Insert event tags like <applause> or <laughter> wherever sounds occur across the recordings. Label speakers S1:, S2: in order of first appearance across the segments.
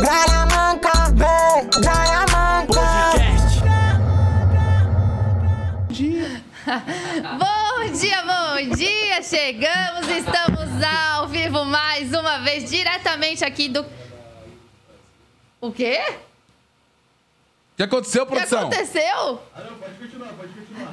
S1: Garamanca, vem, Garamanca.
S2: Bom dia, bom dia! Chegamos, estamos ao vivo mais uma vez, diretamente aqui do. O quê?
S3: O que aconteceu,
S2: O que
S3: produção?
S2: aconteceu?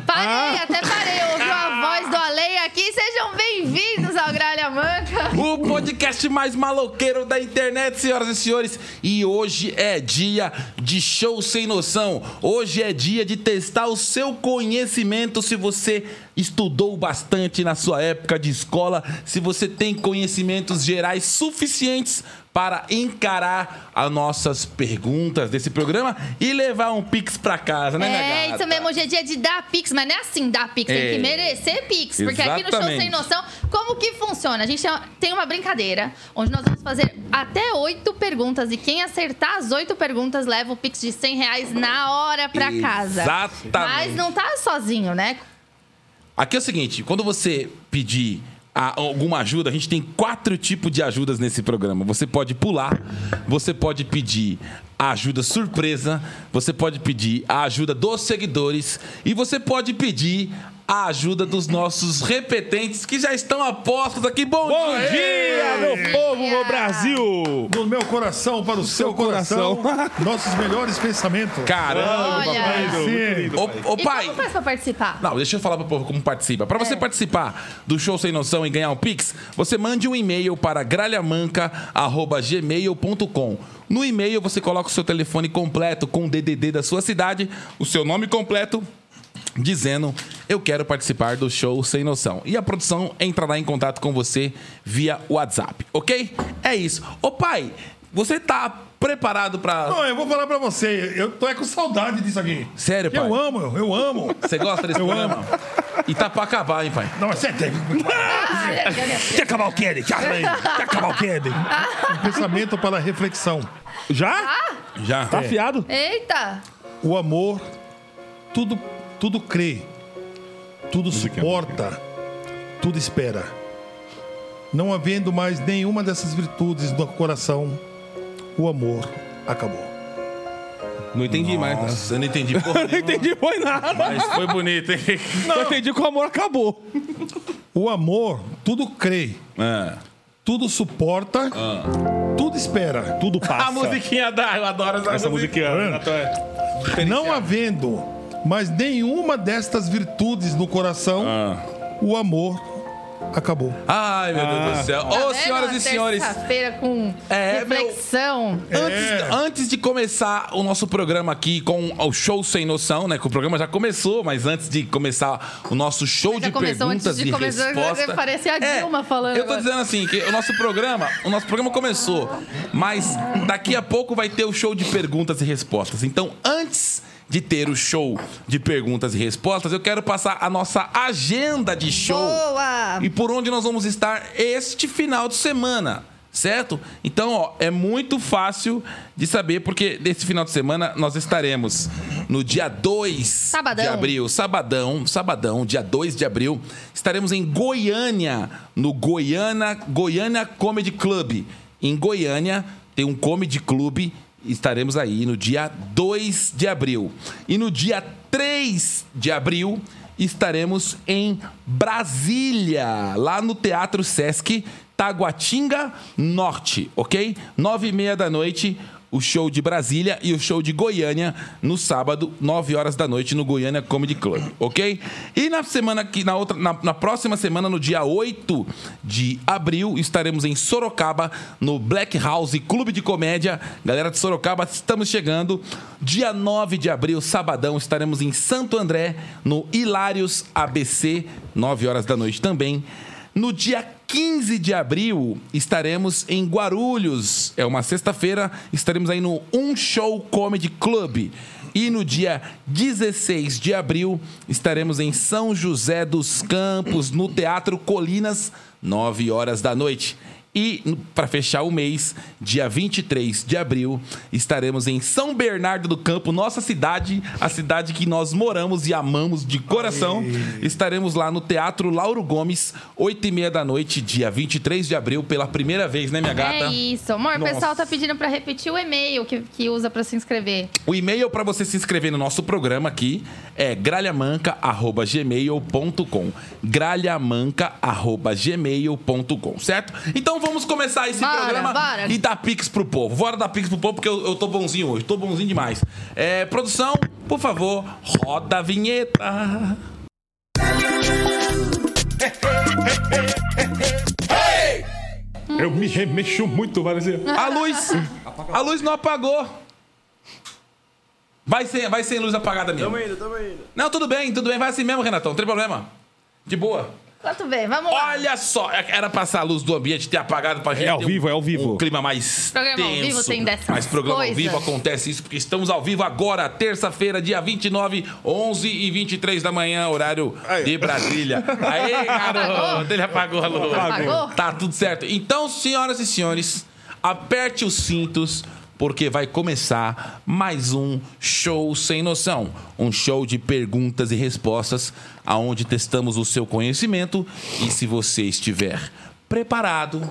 S2: Parei, até parei, ouviu a voz do Alei aqui. Sejam bem-vindos ao Gralha Manca.
S3: O podcast mais maloqueiro da internet, senhoras e senhores. E hoje é dia de show sem noção. Hoje é dia de testar o seu conhecimento. Se você estudou bastante na sua época de escola, se você tem conhecimentos gerais suficientes para encarar as nossas perguntas desse programa e levar um pix pra casa, né, minha
S2: É
S3: gata?
S2: isso mesmo, hoje é dia de dar Pix, mas não é assim dar Pix, tem
S3: É.
S2: que merecer Pix. Porque aqui no Show
S3: Exatamente.
S2: Sem Noção, como que funciona? A gente tem uma brincadeira, onde nós vamos fazer até oito perguntas. E quem acertar as oito perguntas leva o Pix de 100 reais na hora pra casa.
S3: Exatamente.
S2: Mas não tá sozinho, né?
S3: Aqui é o seguinte, quando você pedir a- alguma ajuda, a gente tem quatro tipos de ajudas nesse programa. Você pode pular, você pode pedir a ajuda surpresa, você pode pedir a ajuda dos seguidores e você pode pedir a ajuda dos nossos repetentes que já estão apostos aqui. Bom,
S4: Bom
S3: dia!
S4: dia, meu povo, meu
S2: dia.
S4: Brasil!
S5: Do meu coração para o seu, coração, nossos melhores pensamentos.
S3: Caramba!
S2: Olha.
S4: Querido,
S5: Sim.
S4: querido, pai.
S3: Ô, ô,
S2: E
S3: pai!
S2: como faz pra participar?
S3: Não, deixa eu falar pro povo como participa. Pra você
S2: É.
S3: participar do Show Sem Noção e ganhar um Pix, você mande um e-mail para gralhamanca.gmail.com. No e-mail você coloca o seu telefone completo com o DDD da sua cidade, o seu nome completo, dizendo eu quero participar do Show Sem Noção. E a produção entrará em contato com você via WhatsApp, ok? É isso. Ô pai, você tá preparado pra...
S5: Não, eu vou falar pra você, eu tô é com saudade disso aqui.
S3: Sério, pai?
S5: Eu amo, eu amo.
S3: Você gosta desse
S5: Eu
S3: programa? E tá pra acabar, hein, pai?
S5: Não, mas você é Um tem.
S4: Quer acabar o Kenny? Quer Quer acabar o Kenny?
S5: Um pensamento para reflexão.
S4: Já?
S3: Já.
S4: Tá afiado?
S2: Eita! tá
S5: O amor, tudo, tudo crê, tudo é suporta, tudo espera. Não havendo mais nenhuma dessas virtudes no coração, o amor acabou.
S3: Não entendi mais. Eu não entendi
S4: <laughs>
S3: porra
S4: Não entendi foi nada.
S3: Mas foi bonito, hein?
S4: Não entendi que o amor acabou.
S5: O amor, tudo crê,
S3: É. Ah.
S5: tudo suporta, tudo espera.
S4: Tudo passa.
S3: A musiquinha da... Eu adoro essa,
S4: Essa musiquinha. é-
S5: Não havendo mais nenhuma destas virtudes no coração,
S3: Ah.
S5: o amor acabou.
S3: Ai, meu Deus
S4: Ah.
S3: do céu. Ô,
S2: Tá vendo?
S3: senhoras
S2: Uma
S3: e senhores,
S2: Terça-feira com
S3: É, meu-
S2: reflexão.
S3: antes, antes de começar o nosso programa aqui com o show sem noção, né? Que o programa já começou, mas antes de começar o nosso show
S2: Já
S3: de
S2: começou antes
S3: perguntas
S2: de
S3: e
S2: começar,
S3: respostas. É,
S2: parece a Dilma falando
S3: Eu tô
S2: agora.
S3: dizendo assim que o nosso programa, o nosso programa começou, mas daqui a pouco vai ter o show de perguntas e respostas. Então, antes de ter o show de perguntas e respostas, eu quero passar a nossa agenda de show.
S2: Boa!
S3: e por onde nós vamos estar este final de semana, certo? Então, ó, é muito fácil de saber, porque nesse final de semana nós estaremos no dia 2
S2: Sabadão.
S3: de abril, sabadão, sabadão, dia 2 de abril, estaremos em Goiânia, no Goiânia, Goiânia Comedy Club. Em Goiânia tem um comedy club, estaremos aí no dia 2 de abril. E no dia 3 de abril estaremos em Brasília, lá no Teatro Sesc, Taguatinga Norte, ok? Nove e meia da noite, o show de Brasília e o show de Goiânia no sábado, 9 horas da noite, no Goiânia Comedy Club, ok? E na semana que na outra, na, na próxima semana, no dia 8 de abril, estaremos em Sorocaba, no Black House Clube de Comédia. Galera de Sorocaba, estamos chegando. Dia 9 de abril, sabadão, estaremos em Santo André, no Hilários ABC, 9 horas da noite também. No dia 15 de abril, estaremos em Guarulhos. É uma sexta-feira, estaremos aí no Um Show Comedy Club. E no dia 16 de abril, estaremos em São José dos Campos, no Teatro Colinas, 9 horas da noite. E para fechar o mês, dia 23 de abril, estaremos em São Bernardo do Campo, nossa cidade, a cidade que nós moramos e amamos de coração. Estaremos lá no Teatro Lauro Gomes, 8 e meia da noite, dia 23 de abril, pela primeira vez, né, minha gata?
S2: É isso, amor. O
S3: Nossa.
S2: pessoal tá pedindo pra repetir o e-mail que, que usa pra se inscrever.
S3: O e-mail para você se inscrever no nosso programa aqui é gralhamanca@gmail.com. gralhamanca@gmail.com, certo? Então vamos começar esse
S2: Bora,
S3: programa
S2: bora.
S3: e dar pix pro povo. Bora dar pix pro povo porque eu, eu tô bonzinho hoje, tô bonzinho demais. É, produção, por favor, roda a vinheta.
S6: Eu me remexo muito, parecia.
S3: A luz, a luz não apagou. Vai sem, vai sem luz apagada mesmo.
S7: indo, tamo indo.
S3: Não, tudo bem, tudo bem, vai assim mesmo, Renatão, não tem problema. De boa.
S2: Quanto bem, vamos lá.
S3: Olha só, era passar a luz do ambiente ter apagado pra gente.
S6: ao
S3: ter
S6: vivo, é ao vivo.
S3: Um clima mais.
S2: Programa ao
S3: tenso,
S2: vivo tem dessas
S3: Mas programa ao
S2: coisas.
S3: vivo acontece isso, porque estamos ao vivo agora, terça-feira, dia 29, 11 e 23 da manhã, horário de Brasília. Aê, garoto, ele apagou a luz.
S2: Apagou?
S3: Tá tudo certo. Então, senhoras e senhores, aperte os cintos. Porque vai começar mais um show sem noção. Um show de perguntas e respostas, aonde testamos o seu conhecimento. E se você estiver preparado,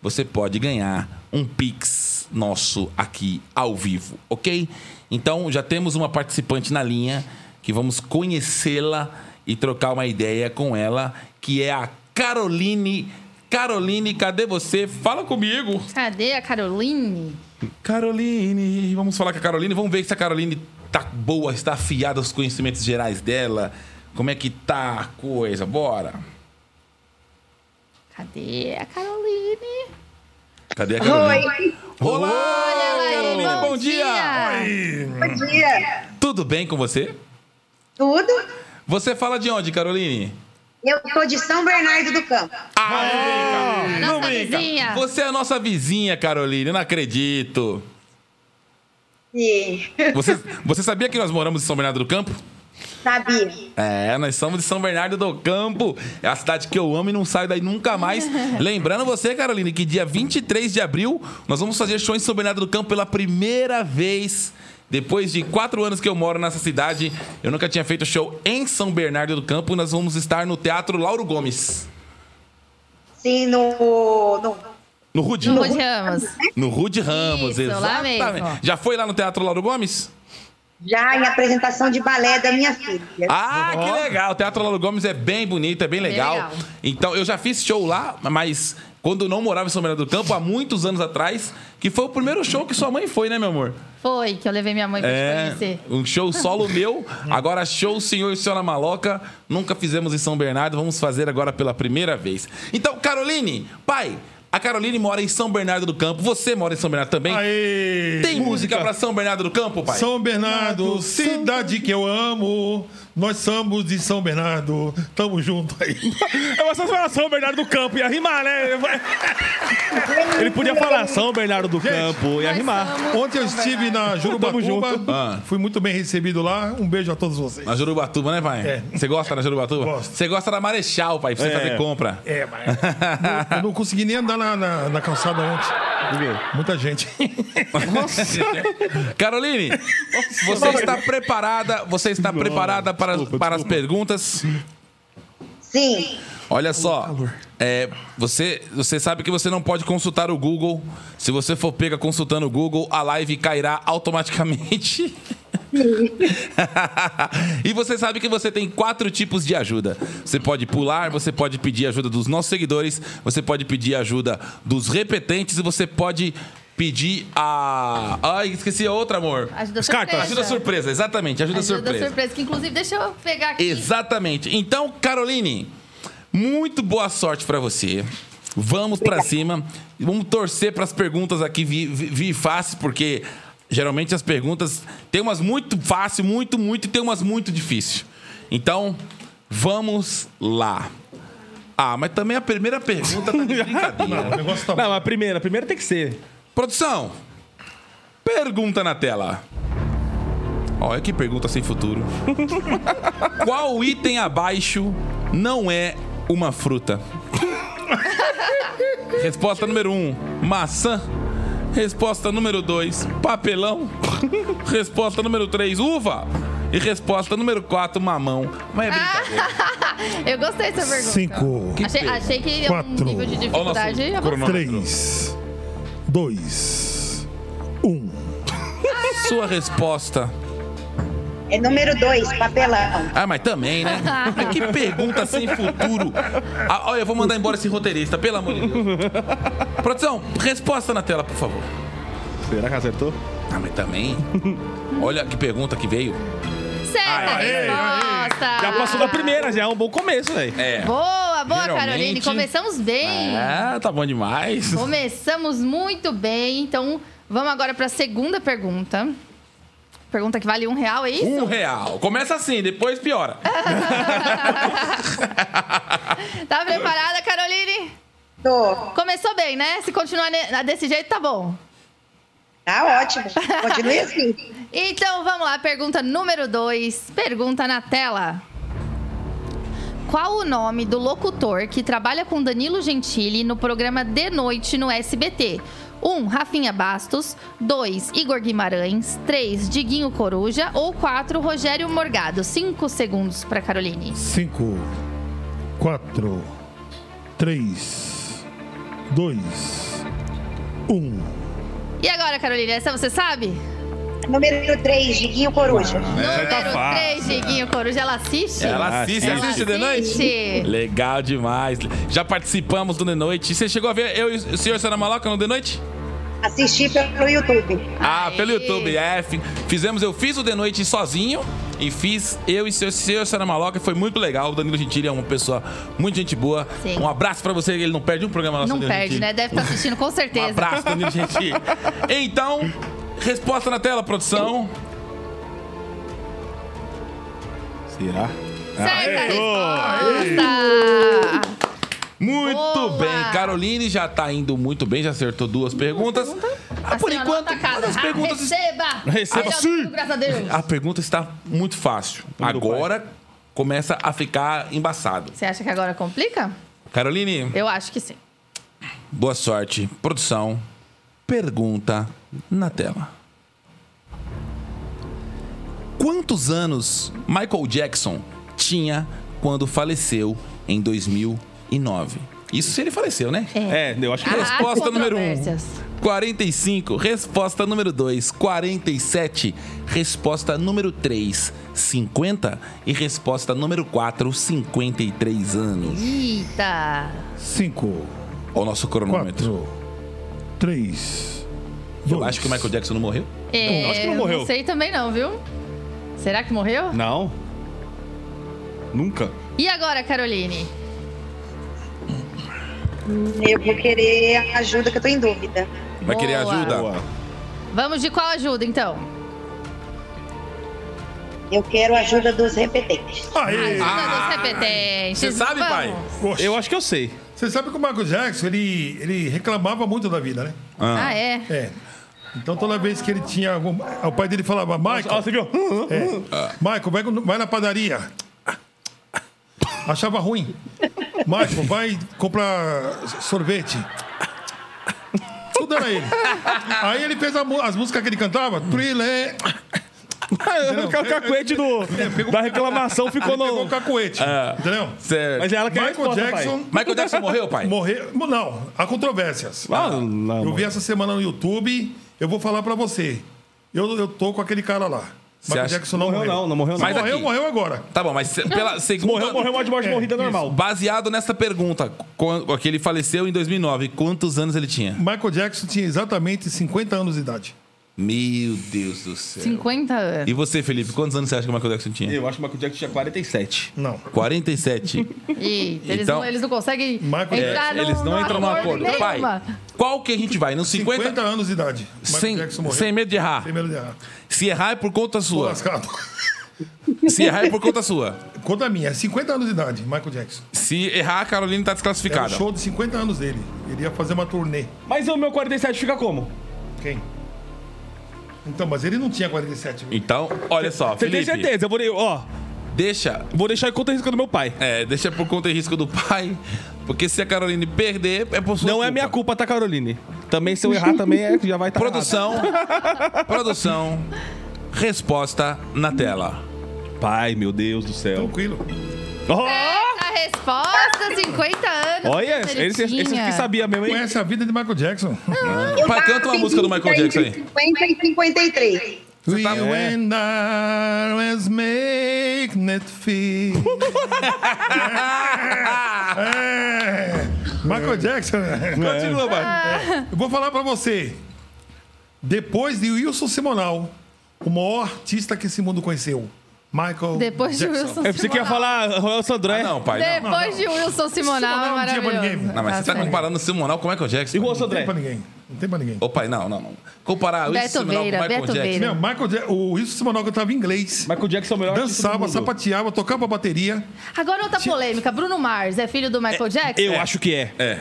S3: você pode ganhar um Pix nosso aqui ao vivo, ok? Então já temos uma participante na linha que vamos conhecê-la e trocar uma ideia com ela, que é a Caroline. Caroline, cadê você? Fala comigo.
S2: Cadê a Caroline?
S3: Caroline, vamos falar com a Caroline, vamos ver se a Caroline tá boa, está afiada aos conhecimentos gerais dela. Como é que tá a coisa? Bora.
S2: Cadê a Caroline?
S3: Cadê a Caroline? Oi. Olá,
S2: Olha aí,
S3: Caroline, bom, dia.
S8: Bom dia.
S3: Tudo bem com você?
S8: Tudo?
S3: Você fala de onde, Caroline?
S8: Eu tô de São Bernardo do Campo.
S2: Nossa vizinha.
S3: Você é a nossa vizinha, Caroline, eu não acredito.
S8: E <laughs>
S3: Você, você sabia que nós moramos em São Bernardo do Campo?
S8: sabia.
S3: É, nós somos de São Bernardo do Campo. É a cidade que eu amo e não saio daí
S2: <laughs>
S3: nunca mais. Lembrando você, Caroline, que dia 23 de abril nós vamos fazer show em São Bernardo do Campo pela primeira vez. Depois de quatro anos que eu moro nessa cidade, eu nunca tinha feito show em São Bernardo do Campo. Nós vamos estar no Teatro Lauro Gomes.
S8: Sim, no, no-
S3: No Rude.
S2: Não de Ramos.
S3: No Rude Ramos,
S2: Isso, lá
S3: exatamente.
S2: mesmo.
S3: Já foi lá no Teatro Lauro Gomes?
S8: já em apresentação de balé da minha filha.
S3: Ah, que legal! O Teatro Lalo Gomes é bem bonito, é bem legal.
S2: legal.
S3: Então, eu já fiz show lá, mas quando eu não morava em São Bernardo do Campo, há muitos anos atrás, que foi o primeiro show que sua mãe foi, né, meu amor?
S2: Foi que eu levei minha mãe pra te conhecer.
S3: um show solo meu. Agora, show Senhor e Senhora Maloca. Nunca fizemos em São Bernardo, vamos fazer agora pela primeira vez. Então, Caroline, pai, a Caroline mora em São Bernardo do Campo. Você mora em São Bernardo também?
S5: Aê!
S3: Tem música pra São Bernardo do Campo, pai?
S5: São Bernardo, cidade que eu amo. Nós somos de São Bernardo. Tamo junto aí.
S6: Eu gosto de falar São Bernardo do Campo, ia rimar, né? Ele podia falar São Bernardo do Campo, ia
S2: Nós
S6: rimar.
S2: somos-
S5: Ontem eu estive na
S6: junto.
S5: Jurubacuba.
S3: Ah.
S5: Fui muito bem recebido lá. Um beijo a todos vocês.
S3: Na Jurubatuba, né, pai?
S5: É.
S3: Você gosta da Jurubatuba?
S5: Gosto.
S3: Você gosta da Marechal, pai, pra você
S6: É.
S3: fazer compra.
S5: É, mas. eu não consegui nem andar na, na- na calçada ontem.
S6: Por quê?
S5: Muita gente. <laughs>
S3: Caroline, você está preparada? Você está preparada para,
S6: desculpa,
S3: para as
S6: desculpa.
S3: perguntas?
S8: Sim,
S3: Olha só, é, você, você sabe que você não pode consultar o Google. Se você for pega consultando o Google, a live cairá automaticamente. <laughs> e você sabe que você tem quatro tipos de ajuda. Você pode pular, você pode pedir ajuda dos nossos seguidores, você pode pedir ajuda dos repetentes e você pode pedir a. Ai, esqueci a outra, amor.
S2: Ajuda
S6: As cartas.
S2: surpresa.
S3: Ajuda surpresa, exatamente, ajuda,
S2: Ajuda surpresa.
S3: surpresa.
S2: Que inclusive, deixa eu pegar aqui.
S3: Exatamente. Então, Caroline, muito boa sorte pra você. Vamos pra cima. Vamos torcer pras perguntas aqui vir vi, vi fácil, porque geralmente as perguntas tem umas muito fácil, muito, muito, e tem umas muito difícil. Então, vamos lá. Ah, mas também a primeira pergunta tá de brincadeira.
S5: O negócio tá
S6: Não, mas a primeira, a primeira tem que ser.
S3: Produção, pergunta na tela. Olha que pergunta sem futuro. <laughs> Qual item abaixo não é uma fruta? Resposta número 1, um, maçã. Resposta número 2, papelão. resposta número 3, uva. E resposta número 4, mamão. Mas é brincadeira.
S2: Eu gostei dessa pergunta.
S5: Cinco.
S2: Achei, achei que é um
S5: Quatro.
S2: nível de
S3: Ó o nosso
S2: dificuldade. avançado.
S3: cronômetro.
S5: Três. Dois. Um.
S3: Sua resposta.
S8: É número dois, papelão.
S3: Ah, mas também,
S2: <laughs>
S3: né?
S2: Ah.
S3: Mas que pergunta sem futuro. Ah, olha, eu vou mandar embora esse roteirista, pelo amor de Deus. Produção, resposta na tela, por favor.
S6: Será que acertou?
S3: Ah, mas também. Olha que pergunta que veio.
S2: Certa resposta.
S6: Já passou da primeira, já é um bom começo, velho.
S3: É.
S2: Boa, boa,
S3: Geralmente-
S2: Caroline. Começamos bem.
S3: Ah, tá bom demais.
S2: Começamos muito bem. Então, vamos agora para a segunda pergunta. Pergunta que vale um real, é isso?
S3: Um real. Começa assim, depois piora.
S2: Tá preparada, Caroline?
S8: Tô.
S2: Começou bem, né? Se continuar ne- desse jeito, tá bom.
S8: Tá ótimo. Continue assim. <laughs>
S2: Então vamos lá, pergunta número 2. Pergunta na tela. Qual o nome do locutor que trabalha com Danilo Gentili no programa De Noite no SBT? 1. Um, Rafinha Bastos. 2. Igor Guimarães. 3. Diguinho Coruja. Ou 4. Rogério Morgado. 5 segundos para Caroline.
S5: Cinco. Quatro. Três. Dois. Um.
S2: E agora, Caroline, essa você sabe?
S8: Número três, Diguinho Coruja.
S6: Essa tá
S2: número
S6: fácil.
S2: 3, Diguinho Coruja. Ela assiste?
S3: Ela assiste,
S6: Assiste.
S3: assiste de noite?
S2: É. Assiste.
S3: Legal demais. Já participamos do de noite. Você chegou a ver eu e o senhor Sena Maloca no de noite?
S8: Assisti pelo YouTube.
S3: Ah,
S2: Aí.
S3: pelo YouTube, é. fi- Fizemos, eu fiz o The Noite sozinho e fiz eu e seu seu Sara Maloca, foi muito legal. O Danilo Gentili é uma pessoa muito gente boa.
S2: Sim.
S3: Um abraço pra você, ele não perde um programa nosso.
S2: Não
S3: Danilo
S2: perde,
S3: Gentili.
S2: né? Deve estar assistindo com certeza.
S3: Um abraço,
S2: <laughs>
S3: Danilo Gentili. então, resposta na tela, produção.
S6: Será?
S2: Certa resposta!
S3: Muito
S2: Boa!
S3: bem, Caroline já tá indo muito bem, já acertou duas perguntas. Ah, por
S2: Assim, ó,
S3: enquanto,
S2: nota cada.
S3: uma das
S2: Ah, <laughs>
S3: perguntas
S2: Receba!
S6: Receba,
S2: Melhor
S6: sim!
S2: tudo, graças a Deus.
S3: A pergunta está muito fácil.
S6: Muito
S3: agora começa a ficar embaçado.
S2: Você acha que agora complica?
S3: Caroline,
S2: Eu acho que sim.
S3: boa sorte. Produção, pergunta na tela. Quantos anos Michael Jackson tinha quando faleceu em 2009? Isso se ele faleceu, né?
S6: É, eu acho que é.
S2: Ah.
S3: Resposta número 1, um,
S2: controvérsias.
S3: 45. Resposta número 2, 47. Resposta número 3, 50. E resposta número 4, 53 anos.
S2: Eita!
S5: Cinco.
S3: Olha o nosso cronômetro.
S5: Quatro. Três.
S3: Eu acho que o Michael Jackson não morreu.
S2: É,
S6: acho que não
S2: eu
S6: morreu.
S2: Não sei também não, viu? Será que morreu?
S6: Não. Nunca.
S2: E agora, Caroline?
S8: Eu vou querer a ajuda que eu tô em dúvida.
S3: Vai querer
S2: Boa.
S3: ajuda?
S6: Boa.
S2: Vamos de qual ajuda, então?
S8: Eu quero a ajuda dos repetentes.
S5: Aê!
S2: Ajuda dos repetentes.
S3: Você Ah! sabe,
S2: Vamos.
S3: pai?
S5: Poxa.
S6: Eu acho que eu sei.
S5: Você sabe que o Michael Jackson, ele, ele reclamava muito da vida, né?
S2: Ah, é?
S5: É. Então toda vez que ele tinha algum. O pai dele falava,
S6: Ó,
S5: Michael,
S6: você viu? Hum,
S5: é, Michael, vai, com- vai na padaria. Achava ruim. Michael, vai comprar sorvete. Tudo era ele. Aí ele fez a mu- as músicas que ele cantava, thriller.
S6: o cacuete do, da reclamação ficou
S5: Ele pegou
S6: no.
S5: o cacuete. Entendeu?
S3: Certo.
S6: Mas É. ela quer a
S5: Michael
S6: resposta,
S5: Jackson.
S3: Michael Jackson morreu, pai?
S5: Morreu. Não, há controvérsias.
S6: pai. Ah, não,
S5: Eu vi essa semana no YouTube, eu vou falar pra você. Eu, eu tô com aquele cara lá. Michael
S3: acha-
S5: Jackson não
S6: Morreu
S5: morreu.
S6: não, não morreu não.
S3: Mas- É,
S5: morreu,
S3: aqui.
S5: morreu agora.
S3: Tá bom, mas se- pela segunda...
S6: Morreu, morreu, morte, morte, morrida normal.
S3: Baseado nessa pergunta, quando, que ele faleceu em 2009, quantos anos ele tinha?
S5: Michael Jackson tinha exatamente 50 anos de idade.
S3: Meu Deus do céu.
S2: 50 anos.
S3: E você, Felipe, quantos anos você acha que o Michael Jackson tinha?
S6: Eu acho que o Michael Jackson tinha 47.
S5: Não.
S3: 47.
S2: Eita, eles,
S3: Então-
S2: não, eles não conseguem
S5: Marco-
S3: É,
S2: entrar no,
S3: eles não entram no acordo.
S2: nenhuma.
S3: Pai, qual que a gente vai? No
S5: 50,
S3: 50?
S5: anos de idade. Michael
S3: sem,
S5: Jackson morreu.
S3: sem medo de errar.
S5: Sem medo de errar.
S3: Se errar é por conta
S5: Tô
S3: sua.
S5: lascado.
S3: Se errar é por conta sua.
S5: Conta a minha, é 50 anos de idade, Michael Jackson.
S3: Se errar, a Carolina tá
S5: Era o
S3: desclassificada.
S5: show de 50 anos dele. Ele ia fazer uma turnê.
S6: Mas o meu 47 fica como?
S5: Quem? Então, mas ele não tinha 47. viu?
S3: Então, olha só,
S6: Você tem
S3: Felipe.
S6: certeza? Eu vou. Ó,
S3: Deixa.
S6: Vou deixar em conta risca do meu pai.
S3: É, deixa por conta e risco do pai. Porque se a Caroline perder, é por sua
S6: Não é minha culpa, tá, Caroline? Também, se eu errar, também é, já vai estar
S3: Produção.
S6: <laughs>
S3: produção. Resposta na tela.
S6: Pai, meu Deus do céu.
S5: Tranquilo.
S6: Ó,
S2: Certa resposta, 50 anos.
S6: Olha,
S2: que
S6: esse, esse
S2: certinha.
S6: que sabia mesmo, hein?
S5: Conhece a vida de Michael Jackson.
S8: Eu
S3: Pai,
S8: tava
S3: canta uma música do Michael
S8: perdida
S3: Jackson aí.
S8: entre 50 e 53.
S5: We
S3: tá- é.
S5: and I was make it
S6: <laughs>
S5: fit. É. Michael Jackson.
S6: É.
S5: Continua,
S2: Ah.
S5: vai. Eu vou falar pra você. Depois de Wilson Simonal, o maior artista que esse mundo conheceu, Michael
S2: Depois de
S5: Jackson.
S2: Wilson
S6: Eu pensei que ia
S2: Simonal.
S6: falar Royal Sandré.
S3: Ah, Não, pai. É Não, um
S2: Depois de Wilson Simonal, é
S5: Simonal não tinha pra
S2: maravilhoso.
S5: ninguém.
S3: Não, mas você tá
S2: Nossa,
S3: comparando o Simonal com o Michael Jackson.
S6: E o Royal
S5: Não tem
S6: Sandré?
S5: pra ninguém. Não tem pra ninguém.
S3: Ô, pai, não, não, não. Comparar o
S2: Beto
S3: Simonal com o
S2: Veira,
S3: Michael
S2: Beto
S3: Jackson.
S2: Veira.
S5: Meu, Michael Ja- o Wilson Simonal cantava em inglês.
S6: Michael Jackson é o melhor artista do
S5: Dançava,
S6: mundo.
S5: sapateava, tocava bateria.
S2: Agora
S3: É.
S2: outra polêmica. Bruno Mars é filho do Michael Jackson?
S6: Eu acho que é.
S3: É.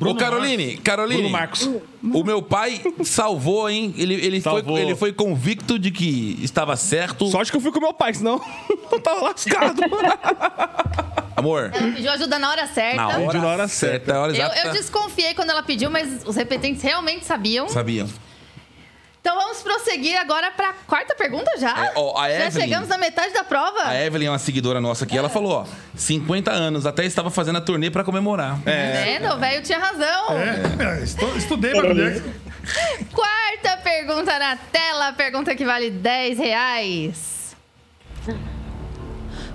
S3: Ô, Caroline, Caroline.
S6: Bruno Marcos.
S3: O meu pai salvou, hein? Ele, ele,
S6: Salvou.
S3: Foi, ele foi convicto de que estava certo.
S6: Sorte que eu fui com meu pai, senão <laughs> eu tava lascado.
S3: Amor,
S2: Ela pediu ajuda na hora certa.
S3: na hora,
S6: Pediu na hora
S3: certa. na hora
S2: Eu,
S3: exata,
S2: eu desconfiei quando ela pediu, mas os repetentes realmente sabiam.
S3: Sabiam.
S2: Então vamos prosseguir agora pra quarta pergunta já.
S3: É, ó, a
S2: já
S3: Evelyn-
S2: chegamos na metade da prova.
S3: A Evelyn é uma seguidora nossa aqui. Ela falou, ó, 50 anos. Até estava fazendo a turnê pra comemorar.
S2: Tá vendo? O velho tinha razão.
S5: É. Estu- Estudei Michael Jackson.
S2: Quarta pergunta na tela, pergunta que vale 10 reais.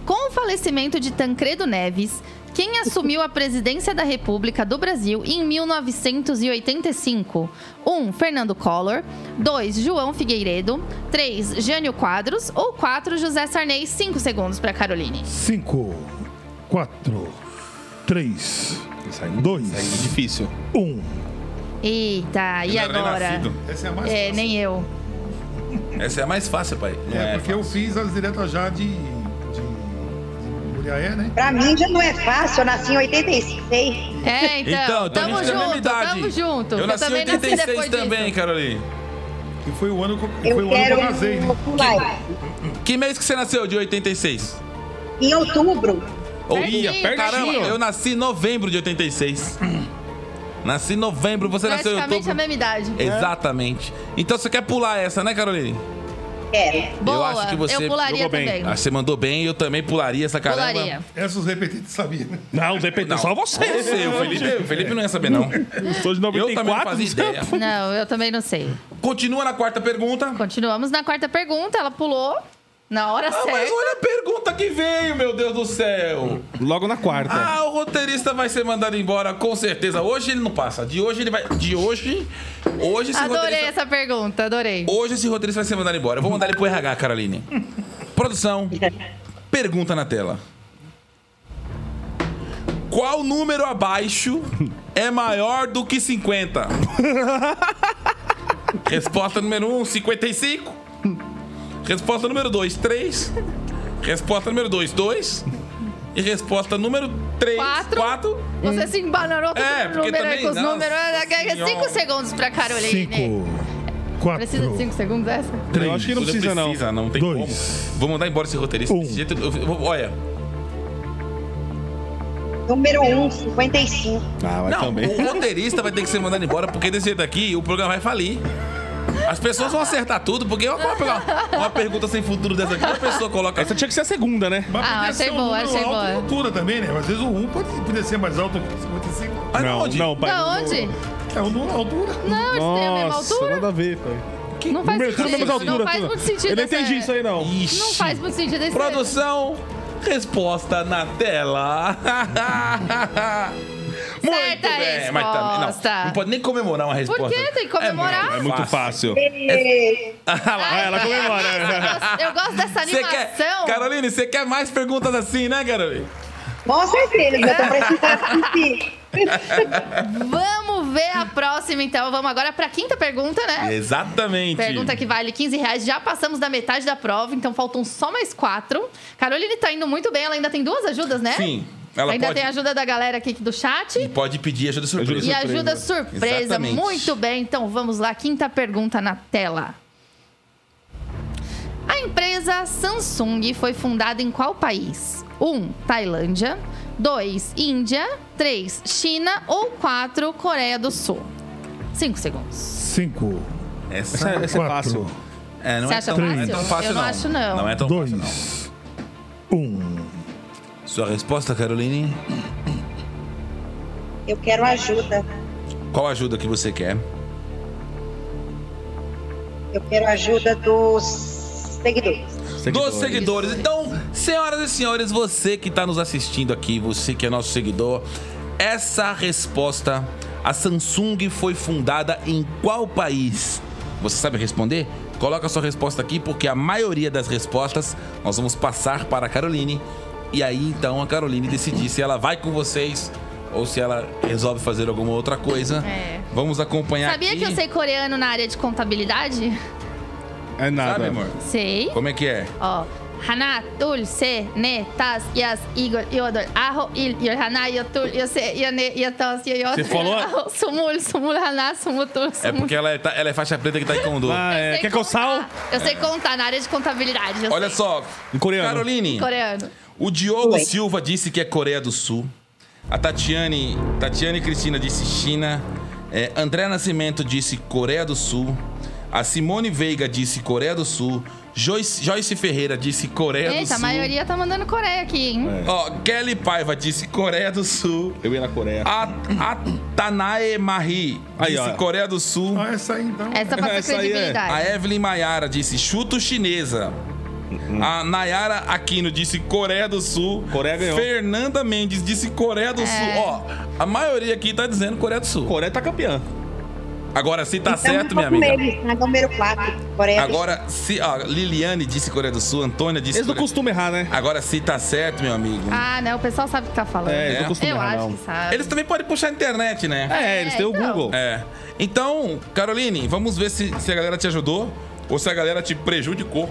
S2: Com o falecimento de Tancredo Neves, quem assumiu a presidência da República do Brasil em 1985? 1. Um, Fernando Collor. 2. João Figueiredo. 3. Jânio Quadros. Ou 4. José Sarney. 5 segundos para Caroline.
S5: 5, 4, 3, 2,
S6: Difícil.
S5: 1.
S2: Eita, e
S3: Eu não era nem
S2: agora?
S3: nascido.
S5: Essa é a
S2: É,
S5: mais fácil.
S2: nem eu.
S3: Essa é a mais fácil, pai. Não
S5: É,
S3: é?
S5: porque eu fiz as diretas já de. de. de Muriaé, né?
S8: Pra mim já não é fácil, eu nasci em 86.
S2: É, então.
S3: Então, então a
S2: tamo
S3: gente tem a mesma
S2: junto,
S3: idade.
S2: tamo junto.
S3: Eu nasci em
S2: também nasci
S3: 86
S2: depois disso.
S3: também, Caroline.
S5: E foi o ano que eu, foi
S8: Eu
S5: o ano que
S8: quero um
S5: eu casei, né?
S8: pular.
S3: Que mês que você nasceu de 86?
S8: Em outubro,
S3: Ou
S2: Pertinho,
S3: ia,
S2: pertinho.
S3: Caramba, eu nasci em novembro de 86. Nasci em É. novembro, você nasceu em
S2: Praticamente
S3: outubro.
S2: a mesma idade.
S3: Exatamente. Então você quer pular essa, né, Caroline?
S8: quero.
S2: Boa,
S3: acho que você
S2: eu pularia
S6: jogou bem.
S2: também.
S3: Ah, você mandou bem, eu também pularia essa caramba.
S2: Pularia.
S5: Essas repetidas sabia. né?
S6: Não, depende.
S3: Não.
S6: é Só você.
S3: Você, o Felipe, o Felipe não ia saber, não.
S6: Eu sou de
S3: Eu também não
S6: 94.
S3: fazia ideia.
S2: Não, eu também não sei.
S3: Continua na quarta pergunta.
S2: Continuamos na quarta pergunta. Ela pulou na hora
S3: Ah, mas
S2: certa.
S3: olha a pergunta que veio, meu Deus do céu.
S6: Logo na quarta.
S3: Ah, o roteirista vai ser mandado embora, com certeza. Hoje ele não passa. De hoje ele vai. De hoje. Hoje esse
S2: Adorei
S3: roteirista.
S2: essa pergunta, adorei.
S3: Hoje esse roteirista vai ser mandado embora. Eu vou mandar ele pro RH, Caroline. Produção. Pergunta na tela. Qual número abaixo é maior do que 50? Resposta número 1, 55. Resposta número 2, 3. Resposta número 2, 2. E resposta número 3,
S2: Quatro.
S3: 4.
S2: Você se embananou com
S3: É,
S2: o
S3: porque
S2: número aí,
S3: também-
S2: com os
S3: nossa
S2: números.
S3: senhora.
S2: Cinco segundos pra Caroline. né?
S5: 5, 4,
S2: Precisa de cinco segundos essa?
S6: eu acho que não precisa, não.
S3: precisa, não, tem
S5: Dois.
S3: como. Vou mandar embora esse roteirista.
S5: Um.
S3: Desse jeito, eu- eu vou- olha,
S8: Número 1, 55.
S6: Ah, vai
S3: Não, o roteirista vai ter que ser mandado embora, porque desse jeito aqui o programa vai falir. As pessoas vão acertar tudo, porque eu vou pegar uma pergunta sem futuro dessa aqui, a pessoa coloca.
S6: Essa tinha que ser a segunda, né?
S5: Mas
S2: Ah,
S5: podia
S2: achei
S5: ser um
S2: boa,
S5: número
S2: achei
S5: alto
S2: boa.
S5: em altura também, né? Às vezes o 1 pode podia ser mais alto que 55.
S3: Mas
S6: não,
S3: onde?
S6: não, pai.
S2: Da onde?
S5: É o número altura.
S2: Não, eles têm a mesma
S6: Nossa,
S2: altura?
S6: nada a ver, pai.
S2: Não faz
S6: Número tudo,
S2: sentido.
S6: menos altura.
S2: não faz
S6: tudo.
S2: muito sentido.
S6: Eu não
S2: essa-
S6: entendi isso aí, não.
S3: Ixi.
S2: Não faz muito sentido esse.
S3: Produção, resposta na
S2: <laughs>
S3: tela. Muito
S2: Certa
S3: bem, mas também
S2: resposta.
S3: não, não pode nem comemorar uma resposta.
S2: quê? Tem que comemorar?
S6: É muito fácil.
S8: E-
S3: Ah lá.
S6: Ah, ela
S2: Eu
S3: <laughs>
S6: comemora.
S2: gosto- Eu gosto dessa
S3: Você
S2: animação.
S3: quer, Caroline, você quer mais perguntas assim, né, Caroline?
S8: Com certeza, eu tô precisando de si.
S2: Vamos ver a próxima, então. Vamos agora para a quinta pergunta, né?
S3: Exatamente.
S2: Pergunta que vale 15 reais. Já passamos da metade da prova, então faltam só mais quatro. Caroline tá indo muito bem. Ela ainda tem duas ajudas, né?
S3: Sim, ela
S2: ainda
S3: pode-
S2: tem a ajuda da galera aqui do chat.
S3: Pode pedir ajuda surpresa.
S2: E ajuda surpresa.
S3: Exatamente.
S2: Muito bem. Então vamos lá. Quinta pergunta na tela. A empresa Samsung foi fundada em qual país? 1. Um, Tailândia. 2. Índia. 3. China. Ou 4. Coreia do Sul. 5 segundos.
S5: Cinco,
S3: Essa,
S6: Essa
S5: Quatro.
S6: é fácil.
S3: é, não
S2: Você
S3: é
S2: acha
S3: tão, não é
S2: fácil?
S3: tão fácil,
S2: Eu não
S3: não.
S2: acho, não.
S3: é tão fácil, não.
S5: dois, um.
S3: Sua resposta, Caroline?
S8: Eu quero ajuda.
S3: Qual ajuda que você quer?
S8: Eu quero ajuda dos seguidores.
S3: Tá Dos seguidores. Então, senhoras e senhores, você que está nos assistindo aqui, você que é nosso seguidor, essa resposta, a Samsung foi fundada em qual país? Você sabe responder? Coloca a sua resposta aqui, porque a maioria das respostas nós vamos passar para a Caroline. E aí, então, a Caroline decidir se ela vai com vocês ou se ela resolve fazer alguma outra coisa.
S2: É.
S3: Vamos acompanhar
S2: Sabia
S3: aqui.
S2: que eu sei coreano na área de contabilidade?
S6: É nada.
S3: Sabe, amor?
S2: Sei.
S3: Como é que é?
S2: Ó. Hana, tul, se, ne, tas, yas, igor, yodor, aho, il, yor, hana, yotul, yose, yone, yotos, yoyot.
S6: Você falou-
S2: aho, Sumul, sumul, hana, sumutul,
S3: É
S2: sumul.
S3: porque ela é, ta- ela é faixa preta que tá em condor.
S6: Ah,
S2: Eu
S6: é.
S2: sei
S6: Quer que eu sal?
S2: contar. Eu sei contar na área de contabilidade. eu
S3: Olha
S2: sei.
S3: só.
S6: Em coreano.
S3: Caroline,
S2: Coreano.
S3: o Diogo
S8: Oi.
S3: Silva disse que é Coreia do Sul. A Tatiane, Tatiane Cristina disse China. É, André Nascimento disse Coreia do Sul. A Simone Veiga disse Coreia do Sul. Joyce, Joyce Ferreira disse Coreia É do
S2: Eita,
S3: Sul.
S2: a maioria tá mandando Coreia aqui, hein?
S3: Ó, Kelly Paiva disse Coreia do Sul.
S6: Eu ia na Coreia.
S3: A, a Tanae Marie
S6: Aí,
S3: disse
S6: ó.
S3: Coreia do Sul.
S5: Ah, essa aí então.
S2: Essa passa
S6: Essa aí é.
S2: credibilidade.
S3: A Evelyn Maiara disse chuto chinesa. A Nayara Aquino disse Coreia do Sul.
S6: Hum. Coreia ganhou.
S3: Fernanda Mendes disse Coreia
S8: É.
S3: do Sul. Ó, a maioria aqui tá dizendo Coreia do Sul.
S6: Coreia tá campeã.
S3: Agora, se tá
S8: Então,
S3: certo,
S8: eu
S3: minha
S8: vou com
S3: amiga.
S8: eles, na número 4, Coreia do Sul.
S3: Agora, se. Ó, Liliane disse Coreia do Sul, Antônia disse.
S6: Eles não
S3: Coreia...
S6: costumam errar, né?
S3: Agora, se tá certo, meu amigo.
S2: Ah, né? O pessoal sabe o que tá
S3: Ah,
S2: falando.
S6: É, eles não costumam
S2: Eu
S6: errar,
S2: acho
S6: não.
S2: que sabe.
S3: Eles também podem puxar a internet, né?
S6: É, eles
S2: É,
S6: têm o
S2: então.
S6: Google.
S3: É. Então, Caroline, vamos ver se, se a galera te ajudou ou se a galera te prejudicou.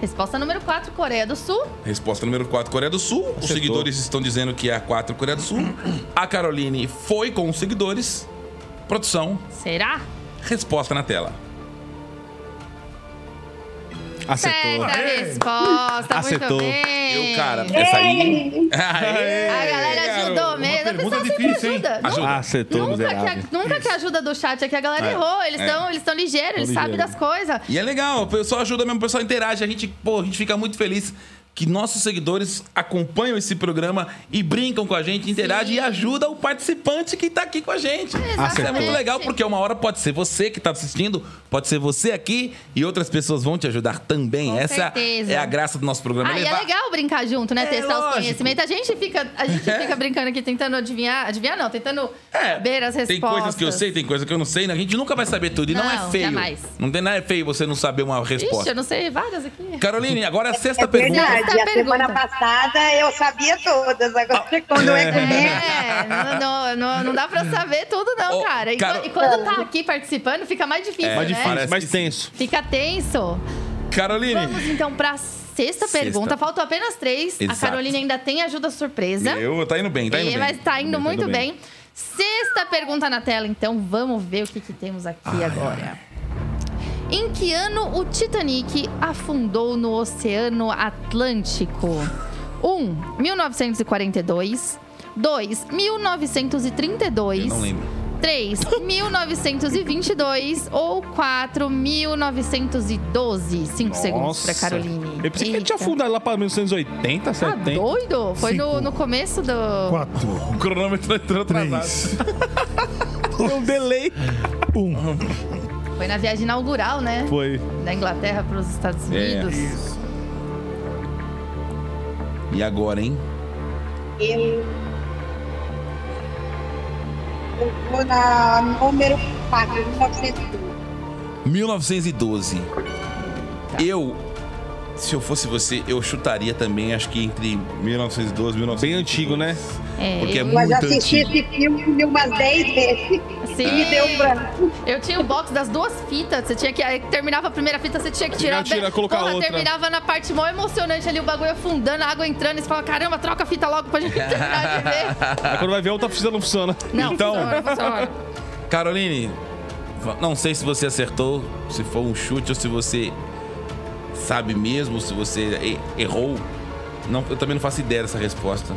S2: Resposta número 4, Coreia do Sul.
S3: Resposta número 4, Coreia do Sul. Os seguidores estão dizendo que é a 4, Coreia do Sul. A Caroline foi com os seguidores. Produção,
S2: Será?
S3: resposta na tela.
S6: Acertou.
S2: Certa resposta,
S6: Acertou.
S2: muito bem.
S3: Eu, cara, essa <laughs> aí. Aê,
S2: A galera
S3: garoto.
S2: ajudou mesmo. A
S5: pergunta
S2: pessoa sempre
S5: difícil, hein?
S2: ajuda.
S3: Ajuda.
S6: Acertou,
S2: Nunca, que a,
S6: miserável.
S2: nunca que a ajuda do chat aqui, a galera
S3: É.
S2: errou. Eles estão eles tão ligeiros, eles sabem
S6: ligeiros.
S2: das coisas.
S3: E é legal, o pessoal ajuda mesmo, o pessoal interage. A gente, pô, a gente fica muito feliz que nossos seguidores acompanham esse programa e brincam com a gente, interagem e ajudam o participante que tá aqui com a gente. Isso é
S2: Acertou.
S3: muito legal, porque uma hora pode ser você que tá assistindo, pode ser você aqui e outras pessoas vão te ajudar também.
S2: Com
S3: Essa
S2: certeza.
S3: é a graça do nosso programa.
S2: Ah, e é
S3: Levar-
S2: legal brincar junto, né?
S3: É,
S2: Testar os
S3: lógico. É.
S2: conhecimentos. A gente fica, a gente fica brincando aqui, tentando adivinhar. Adivinhar não, tentando saber as respostas.
S3: Tem coisas que eu sei, tem coisas que eu não sei. né? A gente nunca vai saber tudo. E não,
S2: Não,
S3: é feio.
S2: jamais.
S3: Não tem nada é feio você não saber uma
S2: Ixi,
S3: é resposta.
S2: eu não sei várias aqui.
S3: Caroline, agora é a sexta
S8: É
S3: pergunta. Ah,
S8: verdade,
S2: Essa
S8: a semana
S2: pergunta.
S8: passada eu sabia todas. Agora, quando é comigo,
S2: É, não, não, não, não dá pra saber tudo, não,
S3: Ô,
S2: cara. E,
S3: cara- É,
S2: quan- e quando tá aqui participando, fica mais difícil,
S3: mais
S2: né?
S3: difícil. Parece
S6: Mais
S3: que-
S6: tenso.
S2: Fica tenso.
S3: Caroline,
S2: Vamos então pra sexta,
S3: Sexta.
S2: pergunta. Faltam apenas três. A
S3: Exato.
S2: Carolina ainda tem ajuda surpresa.
S3: eu, tá indo bem, tá indo
S2: E-
S3: bem.
S2: mas tá indo
S6: Tá indo
S2: muito bem.
S6: bem.
S2: Sexta pergunta na tela, então vamos ver o que, que temos aqui agora. Em que ano o Titanic afundou no Oceano Atlântico? 1. Um, 1942. 2. 1932.
S3: Eu não lembro.
S2: 3. 1922 ou 4. 1912. 5 segundos pra Caroline.
S6: Eu pensei que a gente
S2: Eita.
S6: afunda lá pra 1980,
S2: Tá
S6: 70.
S2: doido? Foi no,
S5: Cinco.
S2: no começo do.
S5: Quatro,
S3: O cronômetro entrou atrasado.
S5: três,
S6: Foi um delay.
S5: um.
S2: Foi na viagem inaugural, né?
S6: Foi.
S2: Da Inglaterra para os Estados Unidos.
S3: E agora, hein?
S8: eu. Eu vou na número 4, 1900.
S3: 1912.
S2: Tá.
S3: Eu, se eu fosse você, eu chutaria também, acho que entre 1912 e 1912.
S6: Bem antigo, né?
S2: É,
S3: Porque é
S2: eu,
S3: muito
S8: Eu já assisti
S3: antigo.
S8: esse filme umas 10 vezes.
S2: Sim.
S8: E me deu um branco.
S2: assim, eu tinha o box das duas fitas. Você tinha que. aí Terminava a primeira fita, você tinha que tirar.
S6: Tirar, tirar, colocar
S2: Porra,
S6: outra.
S2: terminava na parte mó emocionante ali, o bagulho afundando, a água entrando. E você falava, caramba, troca a fita logo pra gente terminar de ver.
S3: Ah.
S6: Aí quando vai ver, a outra oficina não funciona.
S2: Não,
S3: Então-
S2: funciona, funciona.
S3: Caroline, va- não sei se você acertou, se foi um chute ou se você sabe mesmo se você e- errou? Não, eu também não faço ideia dessa resposta.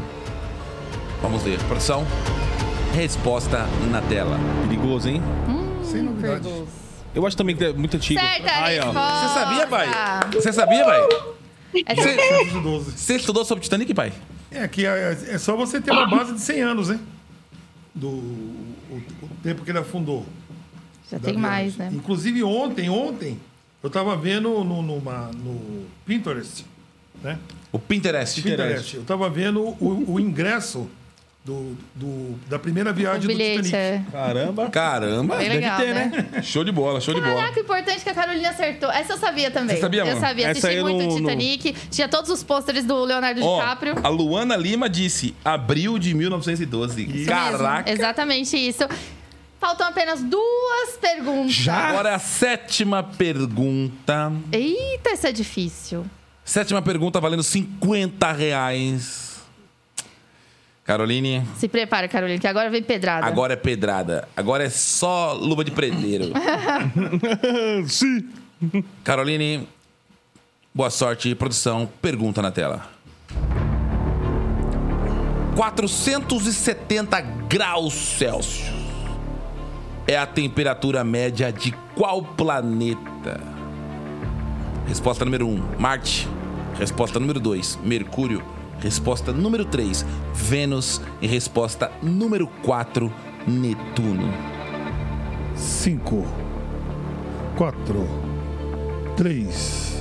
S3: Vamos ver. Produção, resposta na tela.
S6: Perigoso, hein?
S5: Sem novidade.
S6: Eu acho também que é muito antigo.
S2: Certa
S6: Aí, ó.
S2: resposta.
S3: Você sabia, pai? Você sabia, pai?
S2: É
S3: Você,
S5: Os idosos.
S3: você estudou sobre Titanic, pai?
S5: É que é, é só você ter uma base de 100 anos, hein? Do o, o tempo que ele afundou.
S2: Já
S5: da
S2: tem
S5: viagem.
S2: mais, né?
S5: Inclusive ontem, ontem, eu tava vendo no, numa- no Pinterest, né?
S3: O Pinterest.
S5: Pinterest. Eu tava vendo o, o ingresso do, do- da primeira
S2: O
S5: viagem do
S2: bilhete
S5: Titanic.
S2: é
S6: Caramba.
S3: Caramba.
S2: bem legal,
S6: ter,
S2: né?
S3: Show de bola, show de bola.
S2: Caraca, o importante é que a Carolina acertou. Essa eu sabia também.
S3: Você sabia,
S2: Eu
S3: mano?
S2: sabia.
S6: Essa
S2: Assisti
S6: eu
S2: muito
S6: não-
S2: Titanic. Tinha todos os pôsteres do Leonardo
S3: Ó,
S2: DiCaprio.
S3: a Luana Lima disse, abril de 1912.
S2: Isso mesmo,
S3: Caraca.
S2: Exatamente isso. Faltam apenas duas perguntas.
S3: Agora é a sétima pergunta.
S2: Eita, essa é difícil.
S3: Sétima pergunta valendo 50 reais. Caroline,
S2: Se prepara, Carolina, que agora vem pedrada.
S3: agora é pedrada. Agora é só luva de predeiro.
S6: Sim.
S3: Caroline, boa sorte. Produção, pergunta na tela. 470 graus Celsius é a temperatura média de qual planeta? Resposta número 1, Marte. Resposta número 2, Mercúrio. Resposta número 3, Vênus. E resposta número 4, Netuno.
S5: 5, 4, 3,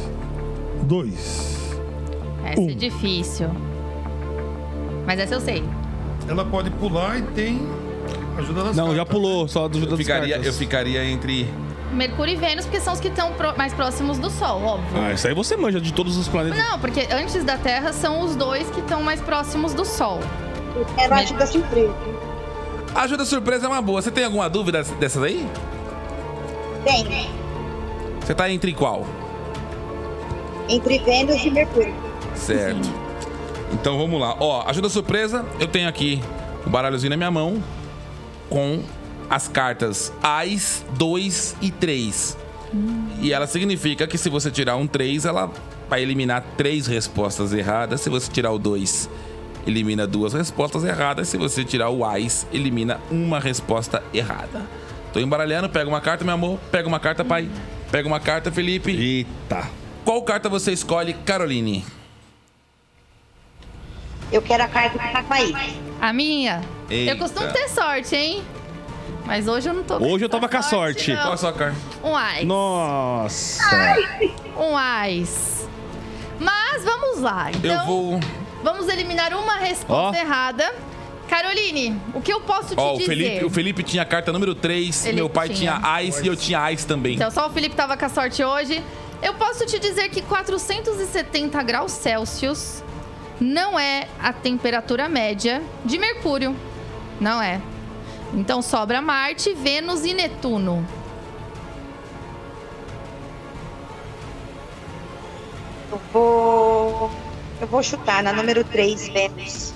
S5: 2.
S2: Essa é
S6: Uh.
S5: um.
S2: difícil. Mas essa eu sei.
S5: Ela pode pular e tem ajuda das
S6: Não, já
S5: cartas.
S6: pulou, só do
S3: Eu ficaria, eu ficaria entre
S2: Mercúrio e Vênus, porque são os que estão pro- mais próximos do Sol, óbvio.
S6: Ah, isso aí você manja de todos os planetas.
S2: Não, porque antes da Terra são os dois que estão mais próximos do Sol.
S8: Era É ajuda surpresa.
S3: Ajuda surpresa é uma boa. Você tem alguma dúvida dessas aí?
S8: Tem,
S3: Você tá entre qual?
S8: entre Vênus e Mercúrio.
S3: Certo. Então vamos lá. Ó, ajuda surpresa, eu tenho aqui o baralhozinho na minha mão com as cartas AIS, 2 e 3. E ela significa que se você tirar um 3, ela vai eliminar três respostas erradas. Se você tirar o 2, elimina duas respostas erradas. Se você tirar o AIS, elimina uma resposta errada. Tô embaralhando, pega uma carta, meu amor. Pega uma carta, pai. Pega uma carta, Felipe.
S6: Eita.
S3: Qual carta você escolhe, Caroline?
S8: Eu quero a carta do Sapaí.
S2: A minha?
S3: Eita.
S2: Eu costumo ter sorte, hein? Mas hoje eu não tô
S6: Hoje eu tava com a sorte.
S2: não.
S3: Qual a sua carta?
S2: Um ai.
S6: Nossa.
S2: Um ais. Mas vamos lá. Então,
S3: Eu vou.
S2: vamos eliminar uma resposta
S6: Ó.
S2: errada. Caroline, o que eu posso te
S3: Ó, o
S2: dizer?
S3: Felipe, o Felipe tinha a carta número 3,
S2: Ele
S3: meu pai tinha,
S2: tinha.
S3: Ice e eu tinha Ice também.
S2: Então, só o Felipe tava com a sorte hoje. Eu posso te dizer que 470 graus Celsius não é a temperatura média de Mercúrio. Não é. Então sobra Marte, Vênus e Netuno.
S8: Eu vou. Eu vou chutar na número 3, Vênus.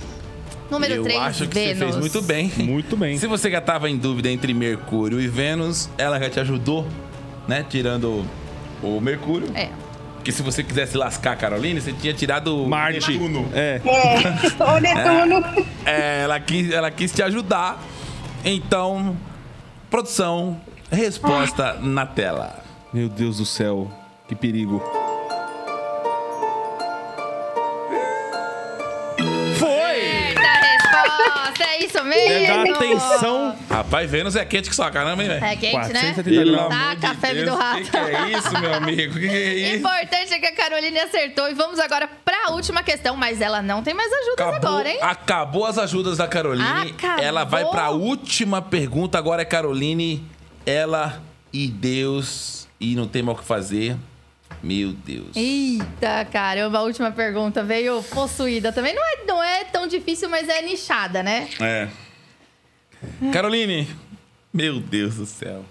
S2: Número
S3: eu
S2: 3,
S3: acho que
S2: Vênus.
S3: você fez muito bem.
S6: Muito bem.
S3: Se você já tava em dúvida entre Mercúrio e Vênus, ela já te ajudou, né? Tirando o Mercúrio.
S2: É.
S3: Porque se você quisesse lascar a Caroline, você tinha tirado o
S6: Marte.
S3: Netuno.
S6: É.
S8: É, ô Netuno.
S3: É, ela quis, ela quis te ajudar. Então, produção, resposta na tela.
S6: Meu Deus do céu. Que perigo. Foi!
S2: Certa resposta, é isso mesmo.
S6: Deve dar atenção.
S3: Rapaz, Vênus é quente que só caramba, hein, velho?
S2: É quente, né?
S6: 470.
S3: Pelo
S6: Tá,
S3: amor de
S2: a febre
S3: Deus,
S2: do rato.
S3: Que, que é isso, meu amigo? Que que é
S2: O
S3: isso?
S2: importante é que a Caroline acertou. E vamos agora pra última questão, mas ela não tem mais ajudas agora, hein?
S3: acabou as ajudas da Caroline.
S2: Acabou.
S3: Ela vai pra última pergunta. Agora é Caroline, ela e Deus. E não tem mais o que fazer. Meu Deus.
S2: Eita, caramba, a última pergunta veio possuída também. Não é, não é tão difícil, mas é nichada, né?
S3: É. Caroline, meu Deus do céu.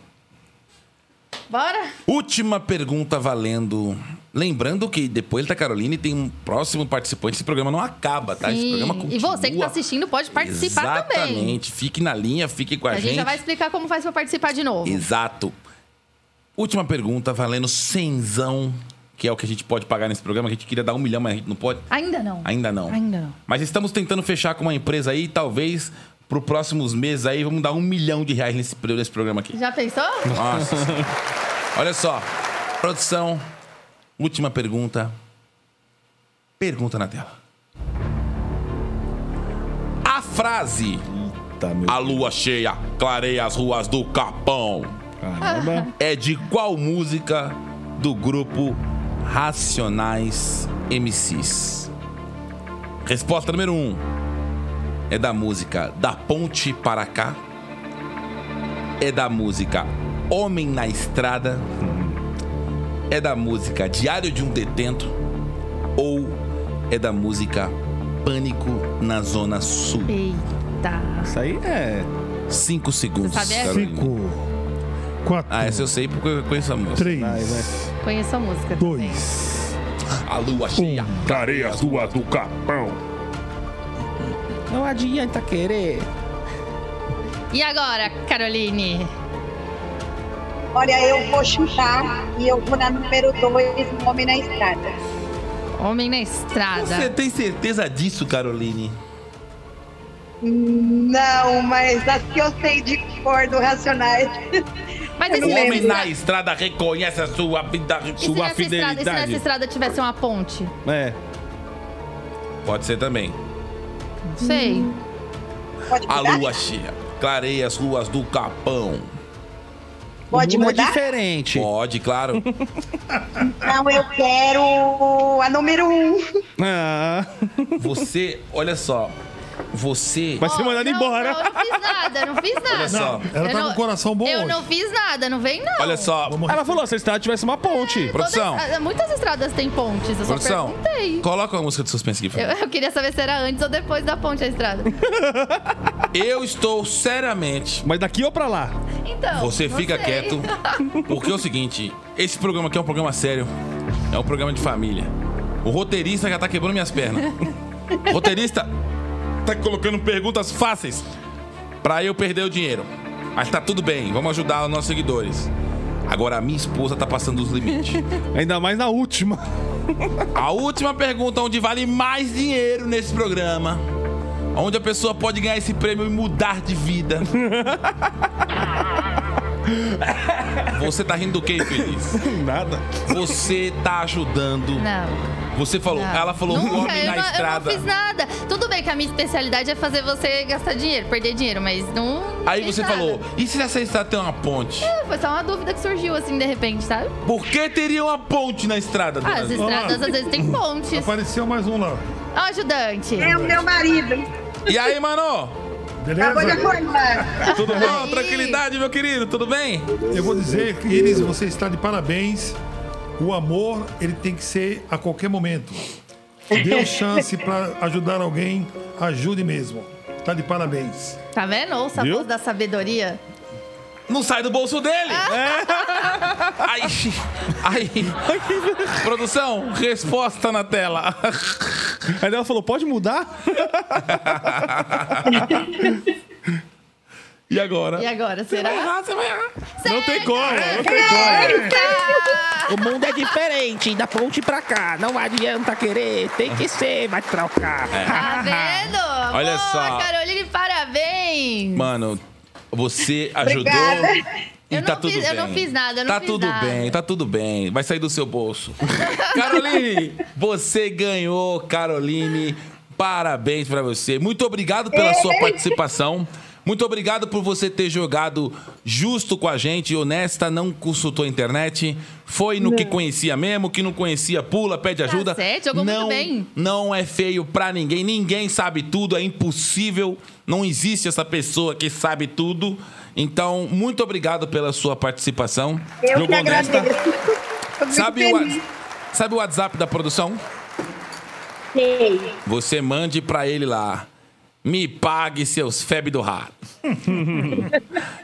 S2: Bora?
S3: Última pergunta valendo. Lembrando que depois da Caroline tem um próximo participante. Esse programa não acaba, tá? Esse
S2: Sim.
S3: programa continua.
S2: E você que tá assistindo pode participar
S3: Exatamente.
S2: também.
S3: Fique na linha, fique com a,
S2: A gente já vai explicar como Uhum. faz pra participar de novo.
S3: Exato. Última pergunta, valendo cenzão que é o que a gente pode pagar nesse programa. A gente queria dar um milhão, mas a gente não pode.
S2: Ainda não.
S3: Ainda não.
S2: Ainda não.
S3: Mas estamos tentando fechar com uma empresa aí, talvez para os próximos meses aí, vamos dar um milhão de reais nesse, pro- nesse programa aqui.
S2: Já pensou?
S3: Nossa. Olha só. Produção, última pergunta. Pergunta na tela. A frase
S4: Tá, meu.
S3: A lua cheia clareia as ruas do Capão
S4: Caramba.
S3: é de qual música do grupo Racionais MCs? Resposta número 1 um, é da música Da Ponte para Cá. É da música Homem na Estrada. É da música Diário de um Detento. Ou é da música Pânico na Zona Sul.
S2: Eita.
S4: Isso aí é.
S3: 5 segundos.
S2: Você sabe essa?
S3: Carolina.
S5: Cinco, quatro,
S3: Ah, essa eu sei porque eu conheço a música.
S5: três,
S4: Vai, vai.
S2: Conheço a música. também.
S5: dois.
S3: A lua cheia.
S5: um.
S6: Careia rua do capão.
S4: Não adianta querer.
S2: E agora, Caroline?
S8: Olha, eu vou chutar e eu vou na número 2, no Homem na Estrada.
S2: Homem na estrada.
S3: Você tem certeza disso, Caroline?
S8: Não, mas as que eu sei de cor do Racionais.
S2: Mas e
S8: Eu
S2: se
S3: O
S8: não
S3: é homem
S8: lembro.
S3: na estrada reconhece a sua, vida,
S2: E se nessa estrada, e
S3: sua
S2: se nessa
S3: fidelidade.
S2: estrada tivesse uma ponte?
S4: É.
S3: Pode ser também.
S2: Não sei.
S8: Pode
S3: A
S8: mudar?
S3: lua cheia. Clareia as ruas do Capão.
S8: Pode
S4: O mundo É
S8: mudar?
S4: diferente.
S3: Pode, claro.
S8: Não, eu quero a número 1. Um.
S4: Ah.
S3: Você, olha só. Você.
S6: Vai ser
S2: Ó,
S6: mandado
S2: Oh, não,
S6: embora.
S2: Não, eu não fiz nada, não fiz nada.
S3: só.
S5: Ela
S2: Eu
S5: tá
S2: não-
S5: com o coração bom
S2: Eu
S5: hoje.
S2: não fiz nada, não vem não.
S3: Olha só.
S5: Vamos-
S6: Ela falou, se a estrada tivesse uma ponte.
S2: Todas-
S3: Produção.
S2: ah, muitas estradas têm pontes, eu só
S3: Produção.
S2: perguntei.
S3: Coloca uma música de suspense aqui, por
S2: Eu,
S3: favor.
S2: eu queria saber se era antes ou depois da ponte a
S3: <laughs>
S2: estrada.
S3: Eu estou seriamente.
S6: Mas daqui ou pra lá?
S2: Então.
S3: Você
S2: não
S3: fica
S2: sei.
S3: quieto, porque é o seguinte: esse programa aqui é um programa sério, é um programa de família. O roteirista já tá quebrando minhas pernas. O roteirista tá colocando perguntas fáceis pra eu perder o dinheiro. Mas tá tudo bem, vamos ajudar os nossos seguidores. Agora a minha esposa tá passando os limites.
S6: Ainda mais na última. <laughs>
S3: A última pergunta, onde vale mais dinheiro nesse programa. Onde a pessoa pode ganhar esse prêmio e mudar de vida. Você tá rindo do que, Feliz?
S6: Nada.
S3: Você tá
S2: <laughs>
S3: ajudando.
S2: Não.
S3: Você falou,
S2: não.
S3: ela falou
S2: Ah. Nunca,
S3: um homem
S2: eu
S3: na
S2: não,
S3: estrada.
S2: Eu não fiz nada. Tudo bem que a minha especialidade é fazer você gastar dinheiro, perder dinheiro, mas não. não
S3: Aí
S2: fiz
S3: você
S2: nada. Tá,
S3: falou, e se essa estrada tem uma ponte?
S2: Foi só uma dúvida que surgiu assim de repente, sabe?
S3: Por que teria uma ponte na
S2: Ah,
S3: estrada, dona
S2: as
S3: Zé?
S2: estradas às vezes têm pontes.
S5: Apareceu mais um lá,
S2: Ó, ajudante.
S8: É o meu marido.
S3: E
S2: <laughs>
S3: aí, mano?
S8: Acabou de
S5: beleza?
S8: acordar.
S3: Tudo bom?
S2: Aí.
S3: Tranquilidade, meu querido? Tudo bem?
S5: Eu vou dizer, Iris, você está de parabéns. O amor, ele tem que ser a qualquer momento. Deu chance para ajudar alguém, ajude mesmo. Tá de parabéns.
S2: Tá vendo? Ouça a
S6: Viu?
S2: voz da sabedoria.
S3: Não sai do bolso dele! É. Aí, aí. Produção, resposta na tela. <laughs>
S6: Aí ela falou, pode mudar?
S3: E agora?
S2: E agora, será?
S3: Ah, você vai errar.
S6: Não tem como. não tem-
S4: O mundo é diferente, da ponte pra cá. Não adianta querer, tem que ser, vai trocar.
S2: Tá vendo?
S3: <laughs> Olha
S2: Boa,
S3: só.
S2: Caroline, parabéns.
S3: Mano, você ajudou.
S8: Obrigada.
S3: E
S2: Eu
S3: tá
S2: não
S3: tudo
S2: fiz-
S3: bem.
S2: eu não fiz nada, eu não
S3: Tá
S2: fiz
S3: tudo
S2: nada.
S3: bem, tá tudo bem. Vai sair do
S2: <laughs>
S3: seu bolso. Caroline, você ganhou, Caroline. Parabéns pra você. Muito obrigado
S2: É.
S3: pela sua participação. Muito obrigado por você ter jogado justo com a gente, honesta, não consultou a internet, foi no que conhecia mesmo, que não conhecia, pula, pede ajuda.
S2: Tá certo, jogou muito
S3: não,
S2: bem.
S3: Não é feio pra ninguém, ninguém sabe tudo, é impossível, não existe essa pessoa que sabe tudo. Então, muito obrigado pela sua participação.
S8: Eu que
S4: Tá
S3: Jogou honesta.
S8: agradeço. Tô muito
S3: Sabe o, wa-
S8: feliz.
S3: sabe o WhatsApp da produção?
S8: Sei.
S3: Você mande pra ele lá. Me pague seus feb do rato.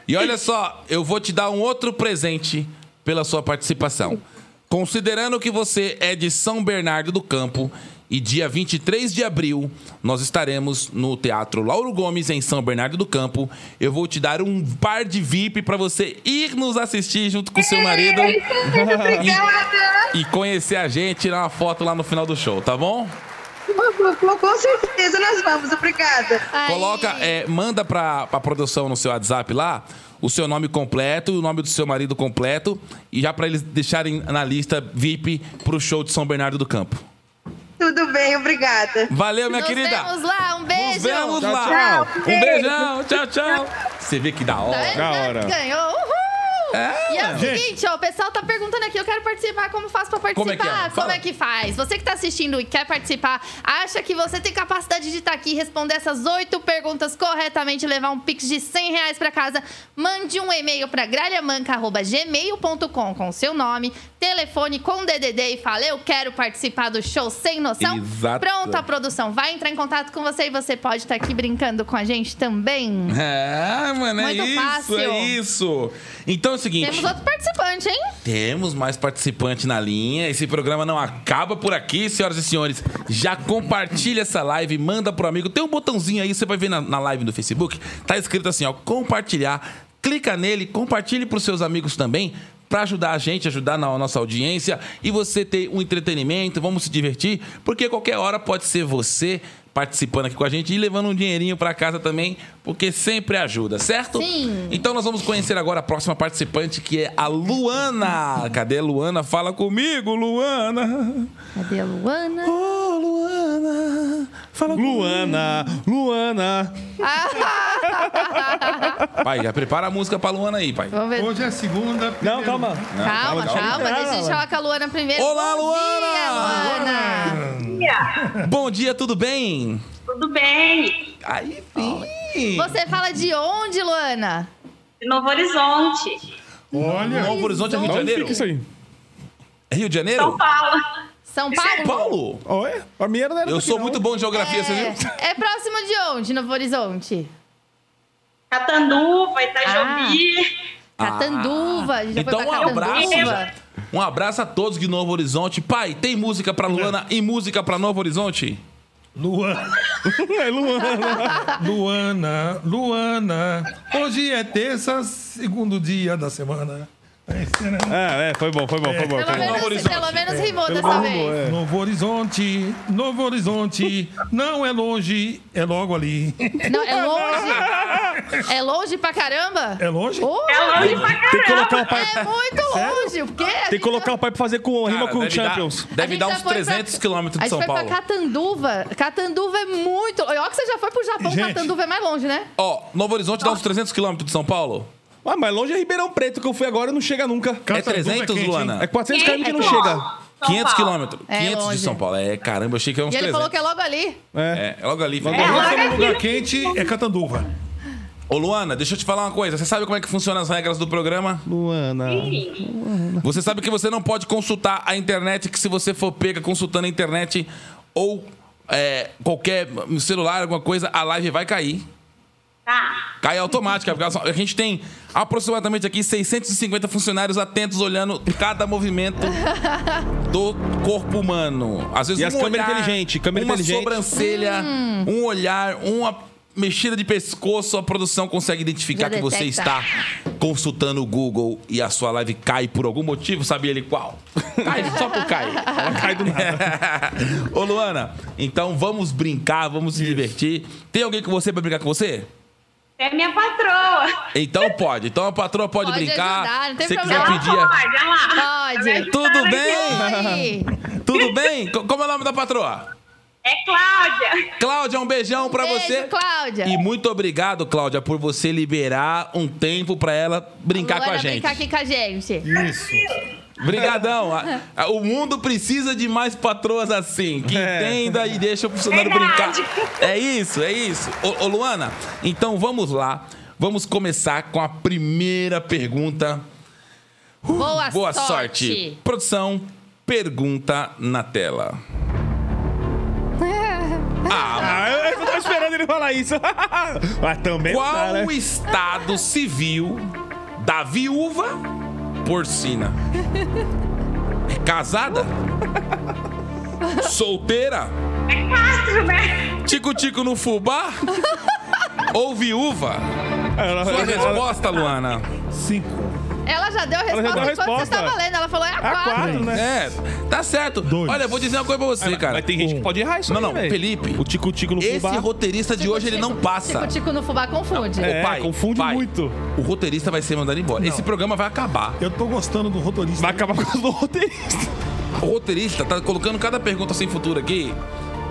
S3: e olha só, eu vou te dar um outro presente pela sua participação. Considerando que você é de São Bernardo do Campo e dia 23 de abril nós estaremos no Teatro Lauro Gomes em São Bernardo do Campo, eu vou te dar um par de VIP para você ir nos assistir junto com seu marido
S8: Obrigada.
S3: e conhecer a gente, tirar uma foto lá no final do show, tá bom?
S8: Com- Com certeza nós vamos, obrigada.
S2: Aí.
S3: Coloca, é, manda pra, pra produção no seu WhatsApp lá o seu nome completo, o nome do seu marido completo e já pra eles deixarem na lista VIP pro show de São Bernardo do Campo.
S8: Tudo bem, obrigada.
S3: Valeu, minha
S2: Nos
S3: querida.
S2: vemos lá, um beijo.
S3: Nos vemos lá.
S8: tchau.
S3: Um beijão, tchau, tchau. Você vê que da
S2: Tá
S3: hora.
S2: vendo?
S6: Da hora.
S2: Ganhou, uhul!
S3: É,
S2: E é o
S5: gente.
S2: seguinte, ó, o pessoal tá perguntando aqui, eu quero participar, como faço pra participar?
S3: Como é que
S2: Como
S3: é? Fala.
S2: é que faz? Você que tá assistindo e quer participar, acha que você tem capacidade de estar aqui e responder essas oito perguntas corretamente, levar um pix de 100 reais pra casa, mande um e-mail pra gralhamanca.gmail.com com seu nome, telefone com DDD e fala, eu quero participar do show sem noção.
S3: Exato.
S2: Pronto, a produção vai entrar em contato com você e você pode estar aqui brincando com a gente também.
S3: É, mano, é
S2: Muito
S3: isso,
S2: fácil.
S3: é isso. Então é o seguinte,
S2: Temos outro participante, hein?
S3: Temos mais participante na linha. Esse programa não acaba por aqui, senhoras e senhores. Já compartilha essa live, manda pro amigo. Tem um botãozinho aí, você vai ver na, na live do Facebook. Tá escrito assim, ó, compartilhar. Clica nele, compartilhe pros seus amigos também. Pra ajudar a gente, ajudar na nossa audiência e você ter um entretenimento, vamos se divertir, porque qualquer hora pode ser você participando aqui com a gente e levando um dinheirinho pra casa também, porque sempre ajuda, certo?
S2: Sim.
S3: Então nós vamos conhecer agora a próxima participante, que é a Luana. Cadê a Luana? Fala comigo, Luana.
S2: Cadê a Luana?
S3: Ô, Luana. Fala
S6: Luana, Luana.
S2: Ah,
S3: comigo. Pai, já prepara a música pra Luana aí, pai.
S2: Vamos ver.
S5: Hoje é segunda.
S6: Não,
S5: primeiro.
S6: calma.
S2: calma, calma, Deixa a gente falar com a Luana primeiro.
S3: Olá,
S2: Bom
S3: Luana!
S2: Dia, Luana!
S3: Bom dia, tudo bem?
S7: Tudo bem,
S3: Aí sim.
S2: Você fala de onde, Luana?
S7: de Novo Horizonte,
S5: Olha.
S3: Novo Horizonte é Rio de
S6: Onde
S3: Janeiro?
S6: fica isso aí?
S3: É Rio de
S7: São
S3: Janeiro?
S7: Paulo.
S2: São Paulo?
S3: é Paulo?
S6: Olha, a minha não era
S3: Eu
S6: daqui,
S3: sou
S6: não.
S3: muito bom em geografia, você viu?
S2: É, é próximo de onde, Novo Horizonte?
S7: Catanduva, Itajobi.
S2: Catanduva. A gente já
S3: Ah. Então,
S2: foi
S3: um
S2: pra
S3: abraço.
S2: Catanduva.
S3: Um abraço a todos de Novo Horizonte. Pai, tem música pra Luana e música pra Novo Horizonte?
S5: Luana.
S3: <laughs>
S6: <laughs> é Luana.
S5: Luana, Luana. Hoje é terça, segundo dia da semana. né?
S6: É, é, foi bom, foi bom, foi bom.
S2: Pelo
S6: Foi
S3: Novo
S6: bom.
S2: menos, assim,
S3: Horizonte.
S2: pelo menos rimou dessa vez.
S6: É.
S5: Novo Horizonte, Novo Horizonte, não é longe, é logo ali.
S2: Não, é longe. É longe pra caramba?
S5: É longe?
S2: Oh,
S7: É longe pra
S6: Tem que
S7: caralho.
S6: colocar o pai.
S2: é muito longe. Porque a
S6: Tem que
S2: gente
S6: colocar o pai pra fazer com rima
S3: Cara,
S6: com o
S3: deve dar-
S6: Champions.
S2: A
S3: deve
S2: gente
S3: dar
S2: já
S3: uns
S2: foi pra-
S3: 300 quilômetros
S2: A gente
S3: de São
S2: foi
S3: Paulo.
S2: pra Catanduva. Catanduva é muito. Olha que você já foi pro Japão,
S5: Gente.
S2: Catanduva é mais longe, né?
S3: Ó, Novo Horizonte dá uns 300 quilômetros de São Paulo?
S6: Ah, mas longe é Ribeirão Preto que eu fui agora e não chega nunca.
S5: Catanduva
S3: é 300,
S5: quente, hein?
S3: Luana?
S6: É 400 km é que não
S7: São
S6: chega.
S7: Paulo. São
S3: 500
S7: Paulo.
S3: quilômetros.
S2: É
S3: 500
S2: longe.
S3: de São Paulo. É, caramba, eu achei que era uns
S2: E ele
S3: 300.
S2: falou que é logo ali.
S6: É.
S3: É, é logo ali.
S6: Logo
S3: fica.
S6: ali.
S5: Nossa, no um lugar quente é Catanduva.
S3: Ô, Luana, deixa eu te falar uma coisa. Você sabe como é que funcionam as regras do programa?
S6: Luana.
S7: Sim.
S3: Você sabe que você não pode consultar a internet, que se você for pega consultando a internet ou é, qualquer celular, alguma coisa, a live vai cair.
S7: Tá.
S3: Cai automática. porque A gente tem aproximadamente aqui 650 funcionários atentos olhando cada movimento do corpo humano. Às vezes
S6: E as
S3: um
S6: câmera
S3: olhar,
S6: inteligente, câmera
S3: uma
S6: inteligente.
S3: sobrancelha,
S2: Hum.
S3: um olhar, uma mexida de pescoço, a produção consegue identificar
S2: Já
S3: que você
S2: detecta.
S3: está consultando o Google e a sua live cai por algum motivo, sabia ele
S6: <laughs>
S3: qual? Cai só por cair. Ela cai do nada. Ô Luana, então vamos brincar, vamos se divertir. Tem alguém com você pra brincar com você?
S7: É minha patroa.
S3: Então pode. Então a patroa pode,
S2: Pode
S3: brincar.
S2: ajudar, não tem
S3: Se
S2: problema.
S3: quiser
S7: Ela
S3: pedir. a-
S7: pode, olha lá. Tá
S2: Pode.
S3: Tudo bem?
S2: Oi.
S3: <laughs> Tudo bem? Co- Como é o nome da patroa?
S7: É Cláudia.
S3: Cláudia, um beijão pra
S2: Beijo,
S3: você.
S2: Cláudia.
S3: E muito obrigado, Cláudia, por você liberar um tempo pra ela brincar
S2: Luana
S3: com a gente.
S2: brincar aqui com a gente.
S5: Isso.
S3: Brigadão. A- a- o mundo precisa de mais patroas assim, que
S6: É.
S3: entenda e deixa o funcionário
S7: Verdade.
S3: brincar. É isso, é isso. Ô, ô, Luana, então vamos lá. Vamos começar com a primeira pergunta.
S2: Boa,
S3: Boa sorte. Produção, pergunta na tela. Ah,
S6: Ah, eu, eu tô esperando ele falar isso. <laughs> Mas também não dá, né?
S3: qual o estado civil da viúva porcina? Casada? Solteira?
S7: É fácil, né?
S3: Tico-tico no fubá? Ou viúva?
S6: Ela-
S3: Sua
S6: ela-
S3: resposta, Luana.
S5: Cinco.
S2: Ela já deu a resposta
S6: já deu a
S2: enquanto você
S6: resposta.
S2: estava lendo. Ela falou, é a
S6: É a
S2: quatro.
S6: quatro, né?
S3: É, tá certo.
S5: Dois.
S3: Olha, eu vou dizer uma coisa pra você, cara.
S6: Mas tem gente que pode errar isso
S3: Não,
S6: aí,
S3: não,
S6: velho.
S3: Felipe.
S6: O tico-tico no
S3: Esse
S6: fubá.
S3: roteirista de hoje, ele não passa.
S2: Tico-tico no fubá confunde.
S6: É, confunde muito.
S3: O roteirista vai ser mandado embora. Esse programa vai acabar.
S5: Eu tô gostando do rotorista.
S6: Vai acabar com os roteiristas.
S3: O roteirista tá colocando cada pergunta sem futuro aqui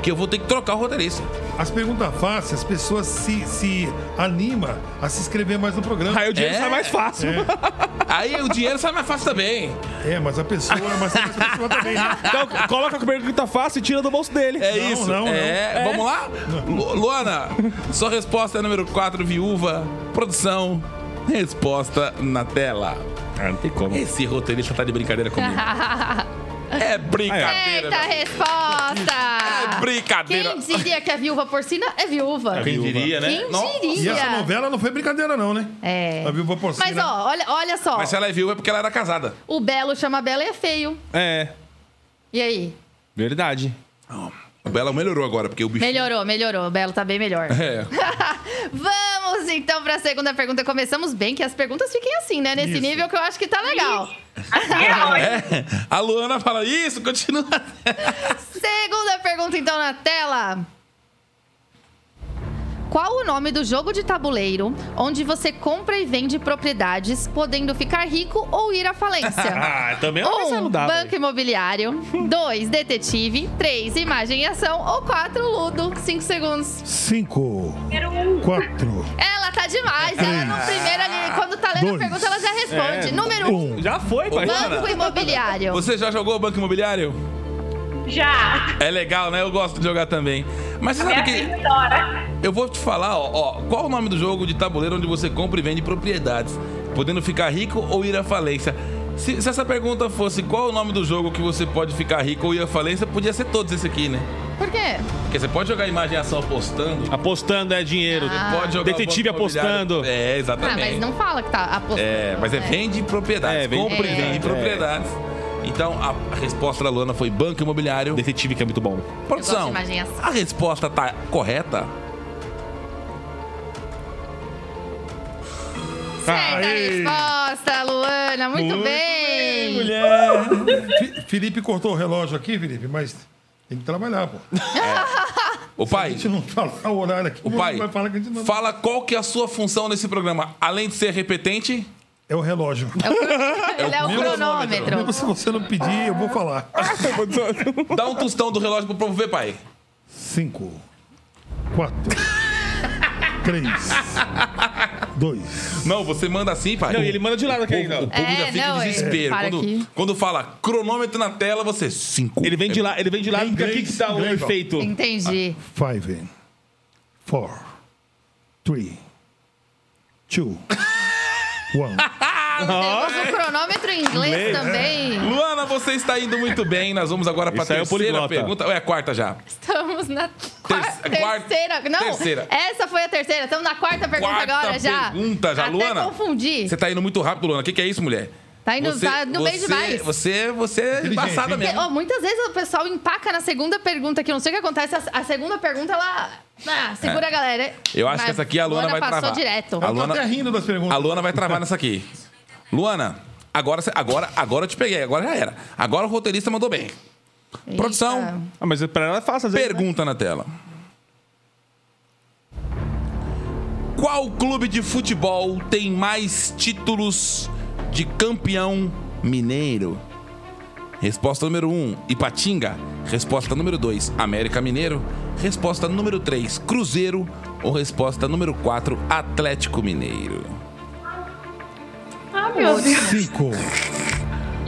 S3: que eu vou ter que trocar o roteirista.
S5: As perguntas fáceis, as pessoas se, se animam a se inscrever mais no programa.
S6: Aí o dinheiro
S3: É.
S6: sai mais fácil.
S3: Aí o dinheiro sai mais fácil também.
S5: É, mas a pessoa, mas tem essa pessoa também. né?
S6: Então coloca a pergunta fácil e tira do bolso dele.
S3: É
S5: Não,
S3: isso.
S5: não, não.
S3: é, Vamos lá? Lu- Luana, sua resposta é número 4, viúva. Produção, resposta na tela.
S6: Ah, não tem como.
S3: Esse roteirista tá de
S2: <laughs>
S3: brincadeira comigo. É brincadeira.
S2: Eita,
S3: meu.
S2: resposta!
S3: É brincadeira.
S2: Quem diria que a viúva porcina é viúva?
S3: Quem diria, né?
S2: Quem
S3: Nossa.
S5: E
S2: diria?
S5: essa novela não foi brincadeira, não, né?
S2: É.
S5: A Viúva Porcina.
S2: Mas ó, olha, olha só.
S3: Mas se ela é viúva é porque ela era casada.
S2: O belo chama belo e é feio.
S6: É,
S2: E aí?
S6: verdade.
S3: O Bela melhorou agora, porque o bicho...
S2: Melhorou, melhorou. O belo tá bem melhor.
S3: É.
S2: Vamos então pra segunda pergunta. Começamos bem, que as perguntas fiquem assim, né? Nesse
S5: Isso.
S2: nível que eu acho que tá legal.
S3: <laughs> É, a Luana fala isso,
S2: <laughs>
S3: continua.
S2: Segunda pergunta, então, na tela. Qual o nome do jogo de tabuleiro onde você compra e vende propriedades, podendo ficar rico ou ir à falência?
S6: <laughs> Ah, também é uma
S2: Um,
S6: saudade.
S2: banco imobiliário. dois, detetive. Três, imagem e ação. Ou quatro, ludo. Cinco segundos.
S5: Cinco,
S7: Número um.
S5: quatro,
S2: Ela tá demais. Ela
S3: É.
S2: no primeiro ali, quando tá lendo
S5: Dois.
S2: a pergunta, ela já responde.
S6: É,
S2: Número um,
S5: um.
S6: Já foi, pai.
S2: banco imobiliário.
S3: Você já jogou Banco Imobiliário?
S7: Já. É
S3: É legal, né? Eu gosto de jogar também. Mas
S2: É
S3: você sabe
S7: Minha
S3: que...
S2: assim.
S7: filha adora.
S3: Eu vou te falar, ó, ó, qual o nome do jogo de tabuleiro onde você compra e vende propriedades, podendo ficar rico ou ir à falência? Se, se essa pergunta fosse qual o nome do jogo que você pode ficar rico ou ir à falência, podia ser todos esse aqui, né?
S2: Por quê?
S3: Porque você pode jogar imagem e ação apostando,
S6: Apostando é dinheiro.
S2: Ah.
S3: pode jogar. o
S6: Detetive
S3: banco imobiliário.
S6: apostando.
S3: É,
S2: Ah,
S3: exatamente.
S2: mas não fala que tá apostando.
S3: É, mas é vende propriedades,
S6: É, vende
S3: compra e vende
S6: propriedades, é.
S3: propriedades. Então a a resposta da Luana foi banco imobiliário.
S6: Detetive que é muito bom.
S2: Eu
S3: Produção,
S2: gosto de imagem e ação.
S3: a resposta tá correta?
S2: Certa
S6: Ah,
S2: é resposta, Luana. Muito, bem.
S6: Mulher.
S5: Fi- Felipe cortou o relógio aqui, Felipe, mas tem que trabalhar, pô. Se
S3: O pai,
S5: a gente não falar o horário aqui,
S3: O pai,
S5: vai falar que a gente não...
S3: fala qual que é a sua função nesse programa. Além de ser repetente,
S5: É o relógio.
S2: Ele é o cronômetro.
S5: Mesmo <laughs> se você não pedir, eu vou falar.
S6: <laughs>
S3: dá um tostão do relógio pro povo ver, pai.
S5: Cinco, quatro, três, dois.
S3: Não, você manda assim, pai.
S6: Não, e ele manda assim. de lado aqui
S3: O povo
S6: ainda.
S3: já
S2: É,
S3: fica
S2: não,
S3: em
S2: ele-
S3: desespero.
S2: para aqui.
S3: Quando, quando fala cronômetro na tela, você... Cinco.
S6: Ele vem de lá, ele vem de lá, porque aqui
S5: inglês,
S6: que tá o
S5: inglês, ó.
S6: efeito.
S2: Entendi.
S5: Five, four, three, two, one.
S3: Ah.
S2: Temos o cronômetro em inglês
S6: Inglês.
S2: também.
S3: Luana, você está indo muito bem. Nós vamos agora para a
S6: Isso aí é o
S3: terceira
S6: poliglota.
S3: pergunta. Ou é a quarta já?
S2: Estamos na quar-
S3: Terce- quarta-
S2: terceira. Não,
S3: terceira.
S2: essa foi a terceira. Estamos na quarta pergunta
S3: Quarta
S2: agora já.
S3: pergunta já,
S2: Até
S3: Luana.
S2: confundi.
S3: Você tá indo muito rápido, Luana. O que, que é isso, mulher?
S2: Tá indo- tá indo bem
S3: você-
S2: demais.
S3: Você, você é embaçada
S2: Porque,
S3: mesmo.
S2: ó, muitas vezes o pessoal empaca na segunda pergunta, que eu não sei o que acontece. A, a segunda pergunta, ela. Ah, segura
S3: É.
S2: a galera.
S3: Eu acho
S2: Mas
S3: que essa aqui a Luana vai
S2: passou
S3: travar. Tá.
S2: direto.
S3: A Luana-
S5: Tô até rindo das perguntas.
S3: A Luana vai travar nessa aqui. Luana, agora, cê- agora, agora eu te peguei, agora já era. Agora o roteirista mandou bem.
S2: Eita.
S3: Produção.
S6: Ah, mas pra ela é fácil, às vezes, né?
S3: Pergunta na tela. Qual clube de futebol tem mais títulos de campeão mineiro? Resposta número 1, um, Ipatinga. Resposta número 2, América Mineiro. Resposta número 3, Cruzeiro. Ou resposta número 4, Atlético Mineiro.
S7: Ah, meu Deus.
S5: Cinco,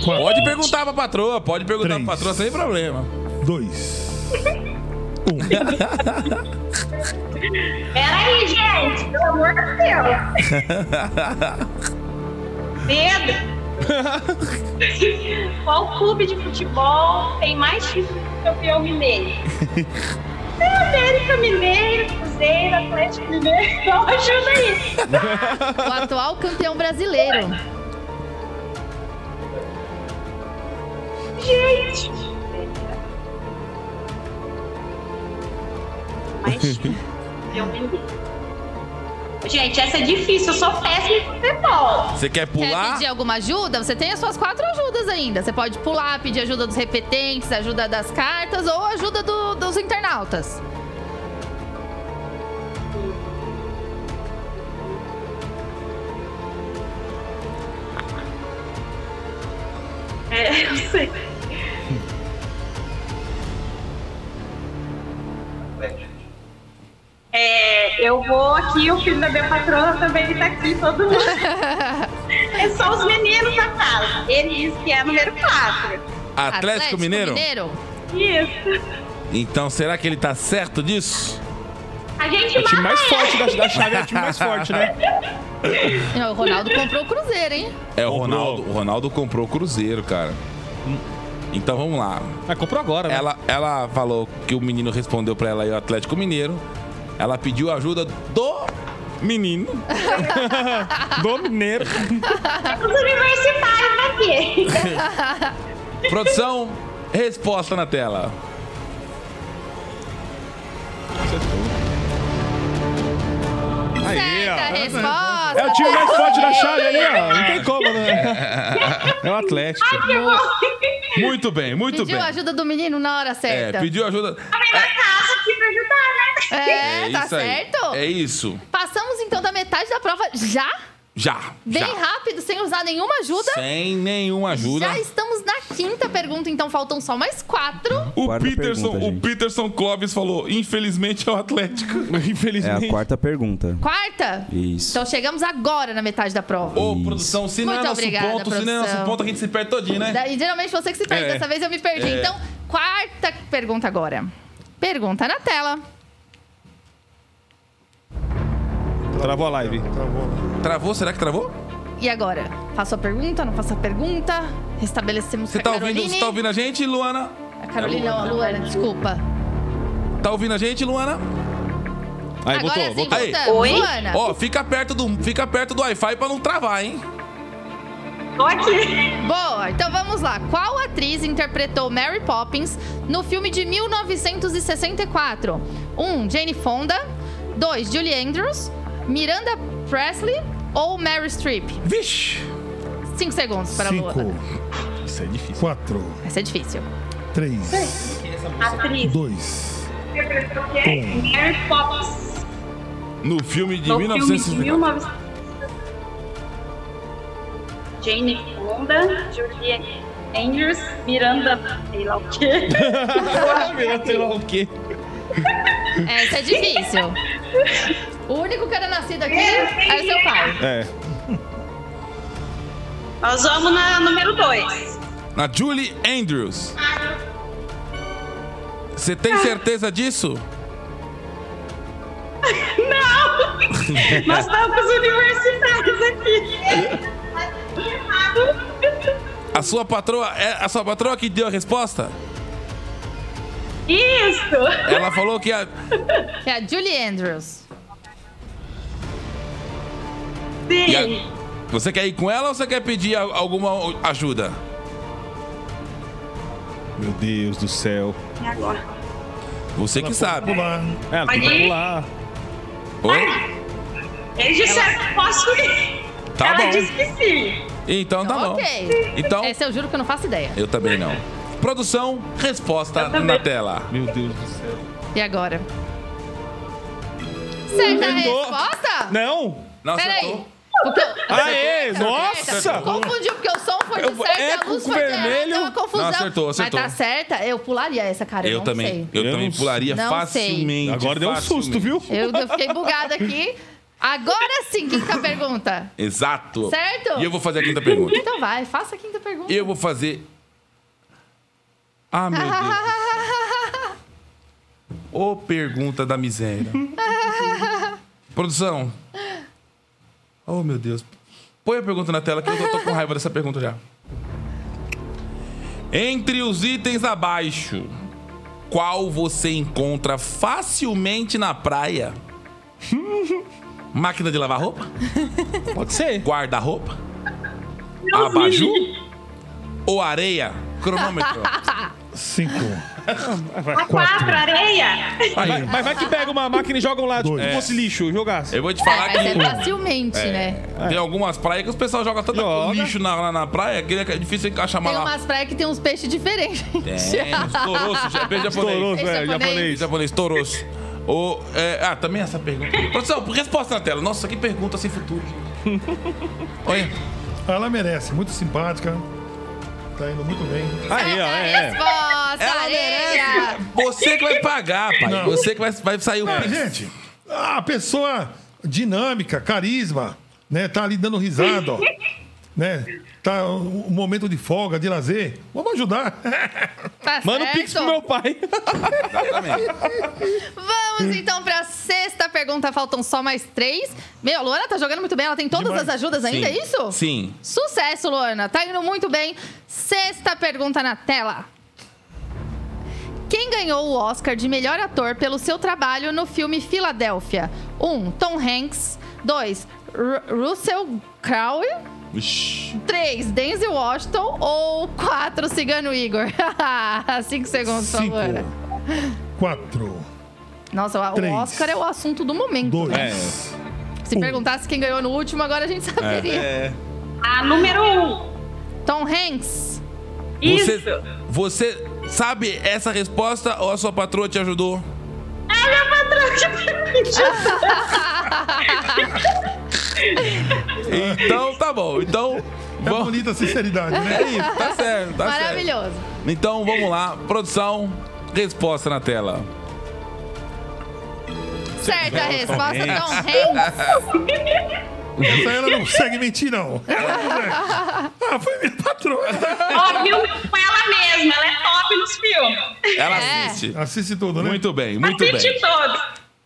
S3: Pode perguntar pra patroa, pode perguntar
S5: Três.
S3: pra patroa sem problema.
S5: dois.
S7: Pera aí, gente. Pelo amor de Deus. Pedro. Qual clube de futebol tem mais títulos de campeão mineiro? É América Mineiro, Cruzeiro, Atlético Mineiro. <laughs> Então ajuda aí.
S2: O atual campeão brasileiro.
S7: gente. Mas eu me lembro. Gente, essa é difícil. Eu sou péssima em futebol.
S3: Você quer
S2: Quer
S3: pular?
S2: pedir alguma ajuda? Você tem as suas quatro ajudas ainda. Você pode pular, pedir ajuda dos repetentes, ajuda das cartas ou ajuda do- dos internautas.
S7: É, <laughs> eu sei. É, eu vou aqui, o filho da minha patrona também tá aqui, todo mundo. É só os meninos da casa. Eles que é a número 4.
S3: Atlético Mineiro?
S7: Isso.
S3: Então será que ele tá certo disso?
S7: A gente
S6: É o time
S7: mata
S6: mais forte
S7: ele.
S6: da, da chave, é o time mais forte, né?
S2: Não, O Ronaldo comprou o Cruzeiro, hein?
S3: É, o
S6: Comprou.
S3: Ronaldo, o Ronaldo comprou o Cruzeiro, cara. Então vamos lá.
S6: Ah, comprou agora, né?
S3: Ela, ela falou que o menino respondeu pra ela e o Atlético Mineiro. Ela pediu ajuda do menino.
S6: Do Mineiro.
S7: Os universitários daqui.
S3: Produção, <laughs> resposta na tela.
S6: Aí,
S3: tá
S2: Certa
S6: ó.
S2: resposta.
S6: É o time mais forte da chave ali, ó. Não tem como, né? É o Atlético.
S7: Ai, que bom.
S3: Muito bem, muito
S2: Pediu
S3: bem.
S2: a ajuda do menino na hora
S3: É,
S2: certa.
S3: pediu ajuda.
S7: Vem na
S6: É.
S7: casa aqui pra ajudar, né?
S2: É, tá
S3: isso aí.
S2: certo?
S3: É isso.
S2: Passamos então da metade da prova já,
S3: Já.
S2: bem
S3: já.
S2: rápido, sem usar nenhuma ajuda.
S3: Sem nenhuma ajuda.
S2: Já estamos na quinta pergunta, então faltam só mais quatro.
S3: O
S9: Quarta
S3: Peterson,
S9: pergunta,
S3: o
S9: gente.
S3: Peterson Clóvis falou: infelizmente é o
S9: <laughs>
S3: Atlético.
S9: É
S6: Infelizmente.
S9: a quarta pergunta.
S2: Quarta?
S9: Isso.
S2: Então chegamos agora na metade da prova.
S3: Ô,
S9: Isso.
S3: produção, se não é
S2: Muito
S3: nosso
S2: obrigada,
S3: ponto, se não é
S2: produção.
S3: nosso ponto, a gente se perde todinho, né?
S2: Da- E geralmente você que se perde,
S3: É.
S2: dessa vez eu me perdi.
S3: É.
S2: Então, quarta pergunta agora. Pergunta na tela.
S6: Travou a live.
S3: Travou? né? Será que travou?
S2: E agora? Faço a pergunta, não faço a pergunta? Restabelecemos
S3: Você
S2: com a
S3: tá
S2: Caroline.
S3: ouvindo, você tá ouvindo Tá a gente, Luana?
S2: A Carolina, não, a Luana, desculpa.
S3: Tá ouvindo a gente, Luana?
S6: Aí,
S2: agora sim,
S6: voltou, voltou.
S3: Aí.
S2: voltamos.
S7: Oi?
S2: Luana,
S3: Ó, fica perto do fica perto do Wi-Fi pra não travar, hein?
S6: É.
S7: Tô aqui.
S2: boa. Então vamos lá. Qual atriz interpretou Mary Poppins no filme de 1964? 1. Um, Jane Fonda. 2. Julie Andrews. Miranda Presley ou Mary Streep?
S3: Vixe!
S2: 5 segundos para a
S5: Cinco,
S2: Luana.
S6: Isso é difícil.
S5: quatro,
S2: Essa é difícil.
S5: três,
S7: Atriz.
S5: dois.
S7: Mary Poppins.
S3: No filme de
S7: No filme de
S3: 1960.
S7: 1960. Jane Fonda, Julia Andrews, Miranda, sei lá o quê.
S6: sei lá o quê.
S2: Essa é difícil. O único cara nascido aqui é o seu pai.
S6: É.
S7: Nós vamos na número 2.
S3: Na Julie Andrews. Você tem certeza disso?
S7: Não! <laughs> Nós estamos com os universitários aqui.
S3: A sua patroa, é a sua patroa que deu a resposta?
S7: Isso!
S3: Ela falou que a
S2: Que é a Julie Andrews.
S3: É, E a-
S7: Sim!
S3: Você quer ir com ela ou você quer pedir a- alguma ajuda?
S6: Meu Deus do céu.
S7: E agora?
S3: Você que sabe.
S5: Pular.
S6: É, ela tem que pular.
S3: Oi?
S7: Eles disseram que eu posso ir.
S3: Tá
S7: Ela
S3: bom.
S7: disse que sim.
S3: Então tá bom.
S2: ok.
S3: Então,
S2: Essa eu juro que eu não faço ideia.
S3: eu também não. Produção, resposta na tela.
S6: Meu Deus do céu.
S2: E agora? Certa a
S6: Acertou.
S2: resposta?
S6: Não!
S3: Não
S2: Peraí.
S3: acertou?
S2: Porque eu-
S6: Aê,
S2: Acertou,
S6: nossa!
S2: certa. Confundiu, porque o som foi de
S6: Eu-
S2: certa e
S6: é,
S2: a luz
S6: com
S2: foi de errada,
S6: vermelho.
S2: deu uma confusão.
S3: Não, acertou, acertou.
S2: Mas tá certa? Eu pularia essa, cara. Eu,
S3: Eu
S2: não
S3: também.
S2: sei.
S3: Eu
S6: Eu
S3: também
S6: não-
S3: pularia
S2: não sei.
S3: facilmente.
S6: Agora deu um susto,
S3: facilmente.
S6: viu?
S2: Eu, eu fiquei bugada aqui. Agora sim, quinta pergunta.
S3: Exato.
S2: Certo?
S3: E eu vou fazer a quinta pergunta.
S2: Então vai, faça a quinta pergunta.
S3: Eu vou fazer. Ah, meu
S2: <laughs>
S3: Deus. do céu. Ô, pergunta da miséria.
S2: <laughs>
S3: Produção. Oh, meu Deus. Põe a pergunta na tela que eu tô- tô com raiva dessa pergunta já. Entre os itens abaixo, qual você encontra facilmente na praia? Máquina de lavar roupa?
S6: É, Pode ser.
S3: Guarda-roupa? Abajur? Ou areia? Cronômetro.
S2: <laughs>
S5: Cinco.
S7: A quatro, areia.
S6: Vai- mas vai que pega uma máquina e joga um lá, tipo,
S5: Dois.
S6: como fosse lixo, jogasse.
S3: Eu vou te
S2: Ah,
S3: falar
S2: <laughs> mas é
S3: que
S2: facilmente, né?
S3: tem algumas praias que os pessoal joga tanto
S6: Joga.
S3: lixo na, na, na praia que é difícil achar
S2: Tem
S3: malá.
S2: umas praias que tem uns peixes diferentes.
S3: É, estourou, já é bem japonês.
S2: Esse
S6: Estourou, é,
S2: japonês.
S3: Em
S6: japonês.
S3: japonês, toros. O, é, ah, também essa pergunta. Produção, resposta na tela. Nossa, que pergunta sem futuro. Olha,
S5: Ela merece, muito simpática. Tá indo muito bem.
S6: Aí,
S2: <laughs>
S6: ó, é.
S2: assim.
S6: é.
S2: Resposta,
S3: Ela
S2: areia!
S3: você que vai pagar, pai.
S5: Não.
S3: Você que vai, vai sair o
S5: Ah,
S3: pix.
S5: gente, ah, a pessoa dinâmica, carisma, né? Tá ali dando risada, <laughs> ó. Né? Tá um um momento de folga, de lazer. Vamos ajudar.
S2: Tá
S6: Manda um
S2: certo?
S6: pix pro meu pai.
S3: Exatamente.
S2: Vamos então pra sexta pergunta. Faltam só mais três. Meu, a Luana tá jogando muito bem. Ela tem todas
S5: Demais.
S2: as ajudas ainda,
S3: Sim.
S2: é isso?
S3: Sim.
S2: Sucesso, Luana. Tá indo muito bem. Sexta pergunta na tela. Quem ganhou o Oscar de melhor ator pelo seu trabalho no filme Filadélfia? 1. Um, Tom Hanks. 2. Russell Crowe. 3. Denzel Washington. Ou 4. Cigano Igor. <laughs> 5 segundos, por
S5: Cinco.
S2: favor.
S5: Quatro.
S2: Nossa, o-
S5: Três.
S2: o Oscar é o assunto do momento.
S5: Dois. Um. É.
S2: né?
S6: É,
S2: Se perguntasse quem ganhou no último, agora a gente saberia.
S7: A número um.
S2: Tom Hanks.
S7: Isso.
S3: Você, você sabe essa resposta ou a sua patroa te ajudou?
S7: Ah, minha patroa já permitiu.
S3: Então tá bom. Então.
S5: É
S3: vamos-
S5: bonita a sinceridade,
S3: É
S5: né?
S6: <laughs>
S3: isso, tá certo, tá certo.
S2: Maravilhoso.
S3: Então vamos lá, produção, resposta na tela.
S2: Certa resposta, então, Tom Hanks.
S5: Essa ela não consegue mentir, não. Ah, foi minha patroa.
S7: Ó, viu? Foi ela mesma. Ela é top nos filmes.
S3: Ela
S2: É.
S3: assiste.
S5: Assiste tudo, né?
S3: Muito bem, muito
S7: Assiste
S3: bem.
S7: todos.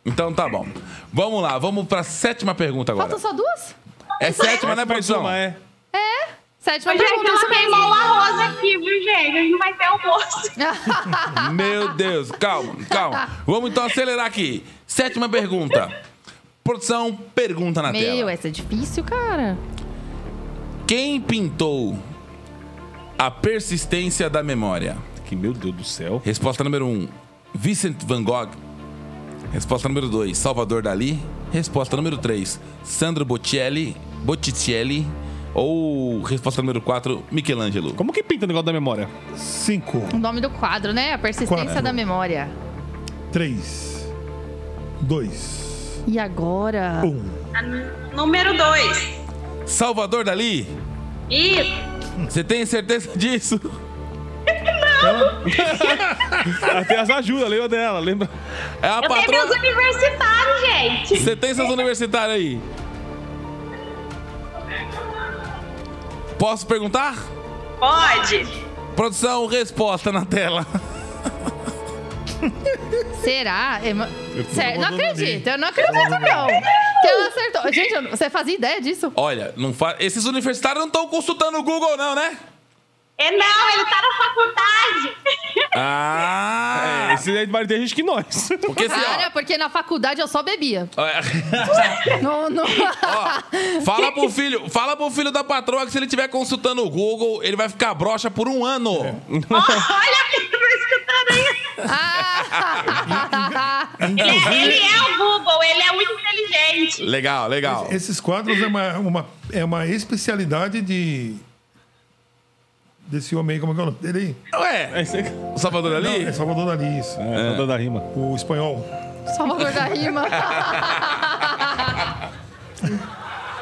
S3: Então tá bom. Vamos lá, vamos pra sétima pergunta agora.
S2: Faltam só duas?
S3: É sétima, né,
S6: Mais
S3: produção?
S6: uma, é.
S2: Sétima
S7: Mas, gente,
S2: Então pergunta, isso
S7: ela queimou o
S2: mesmo.
S7: arroz aqui, viu, gente? A gente não vai ter almoço.
S3: Meu Deus, calma, calma. Vamos então acelerar aqui. Sétima pergunta. Produção, pergunta na
S2: Meu,
S3: tela.
S2: essa é difícil, cara.
S3: Quem pintou a persistência da memória?
S6: Que meu Deus do céu.
S3: Resposta número 1, um, Vincent Van Gogh. Resposta número 2, Salvador Dali. Resposta número 3, Sandro Botticelli. Botticelli. Ou resposta número 4, Michelangelo.
S6: Como que pinta o negócio da memória?
S5: Cinco.
S2: O nome do quadro, né? A persistência
S5: Quatro.
S2: da memória.
S5: Três. Dois.
S2: E agora?
S5: Um.
S7: A número dois.
S3: Salvador Dali,
S7: Isso.
S3: você tem certeza <laughs> disso?
S6: Ela Ah, tem as ajudas, lembra dela, lembra?
S3: É a
S7: Eu tenho
S3: patroa.
S7: meus universitários, gente.
S3: Você tem seus universitários aí? Posso perguntar?
S7: Pode.
S3: Produção, resposta na tela.
S2: Será? É ma- Sério, não
S5: mandando
S2: acredito, eu não acredito, não. Que ela acertou. Gente, eu não- você fazia ideia disso?
S3: Olha, não fa... esses universitários não estão consultando o Google, não, né?
S7: É, não, ele tá na faculdade.
S3: <laughs> Ah!
S6: É, esse aí vai ter gente que nós.
S3: Porque assim,
S2: Cara,
S3: ó,
S2: porque na faculdade eu só bebia. Não, não.
S3: É. <laughs> ó, fala pro filho, fala pro filho da patroa que se ele estiver consultando o Google, ele vai ficar broxa por um ano.
S7: Ó, olha a pessoa escutando
S2: <laughs>
S7: aí.
S2: Ah!
S7: Ele
S3: Então,
S7: é, ele é o Google, ele é muito inteligente.
S3: Legal, legal.
S5: Esses quadros é uma, uma- é uma especialidade de. Desse homem aí, como é que é o nome dele aí?
S3: Ué,
S6: <laughs> Esse aí-
S3: o Salvador ali?
S5: Não, é Salvador Dali, isso.
S6: É, é. da rima.
S5: O espanhol.
S2: Salvador da rima.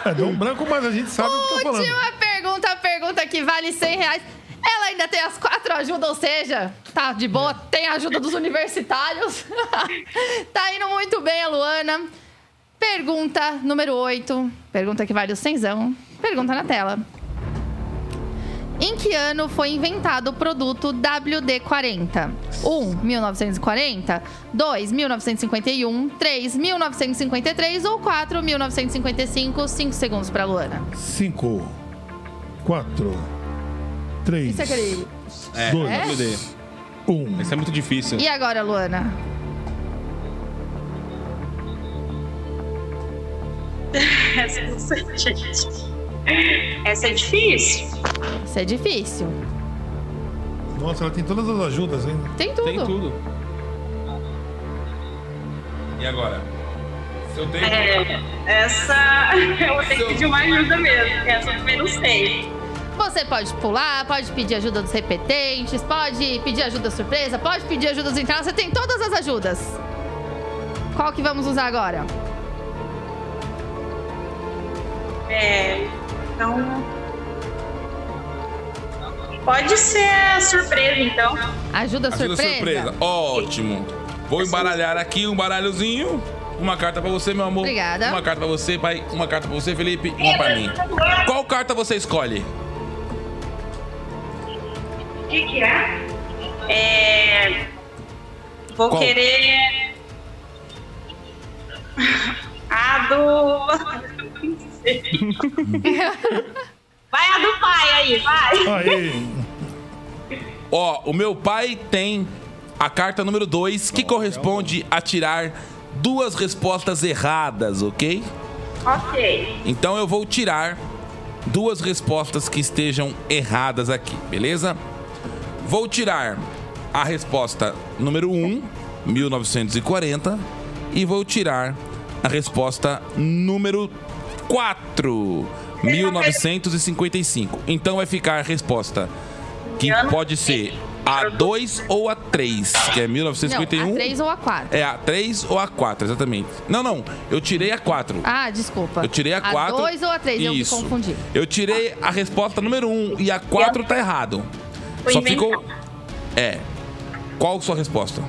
S5: É, deu um branco, mas a gente sabe o que tá falando.
S2: Última pergunta, a pergunta que vale 100 reais. Ela ainda tem as quatro ajudas, ou seja, tá de
S5: É.
S2: boa, tem a ajuda dos
S5: <laughs>
S2: universitários. tá indo muito bem a Luana. Pergunta número 8, pergunta que vale o cenzão. Pergunta na tela. Em que ano foi inventado o produto WD-40? 1. 1940 2. 1951 3. 1953 ou 4. 1955 5 segundos para Luana.
S5: Cinco. Quatro. Três.
S2: Isso é aquele-
S5: Dois.
S2: É?
S5: Um.
S6: Esse é muito difícil.
S2: E agora, Luana?
S7: Essa, eu não sei, gente. Essa é difícil.
S2: Isso é difícil.
S5: Nossa, ela tem todas as ajudas ainda.
S2: Tem tudo.
S6: Tem tudo.
S3: E agora? Se eu tenho.
S7: É, essa. <laughs> Eu vou ter que pedir uma ajuda mesmo. Essa eu também não sei.
S2: Você pode pular, pode pedir ajuda dos repetentes, pode pedir ajuda surpresa, pode pedir ajuda dos internados. Você tem todas as ajudas. Qual que vamos usar agora?
S7: É, então. Pode ser a surpresa, então.
S2: Ajuda,
S3: Ajuda
S2: surpresa?
S3: surpresa. Ótimo. Vou embaralhar aqui um baralhozinho. Uma carta pra você, meu amor.
S2: Obrigada.
S3: Uma carta pra você, pai. Uma carta pra você, Felipe. Uma pra mim. Qual carta você escolhe?
S7: O que, que é? É. Vou
S3: Qual?
S7: querer. A do. <laughs> Não sei. vai a do pai aí, vai.
S5: Aí,
S3: Ó, o meu pai tem a carta número 2, que corresponde a tirar duas respostas erradas, ok?
S7: Ok.
S3: Então eu vou tirar duas respostas que estejam erradas aqui, beleza? Vou tirar a resposta número 1, 1940, e vou tirar a resposta número 4, 1955. Então vai ficar a resposta que pode ser a 2 ou a 3, que é
S2: Não,
S3: 1951.
S2: a 3 ou a 4.
S3: É a 3 ou a 4, exatamente. Não, não, eu tirei a 4.
S2: Ah, desculpa.
S3: Eu tirei a 4.
S2: A 2 ou a 3, eu me
S3: Isso.
S2: confundi. Ah.
S3: Eu tirei a resposta número 1 e a 4 tá errado.
S7: Foi
S3: Só
S7: inventada.
S3: ficou. É. Qual sua resposta?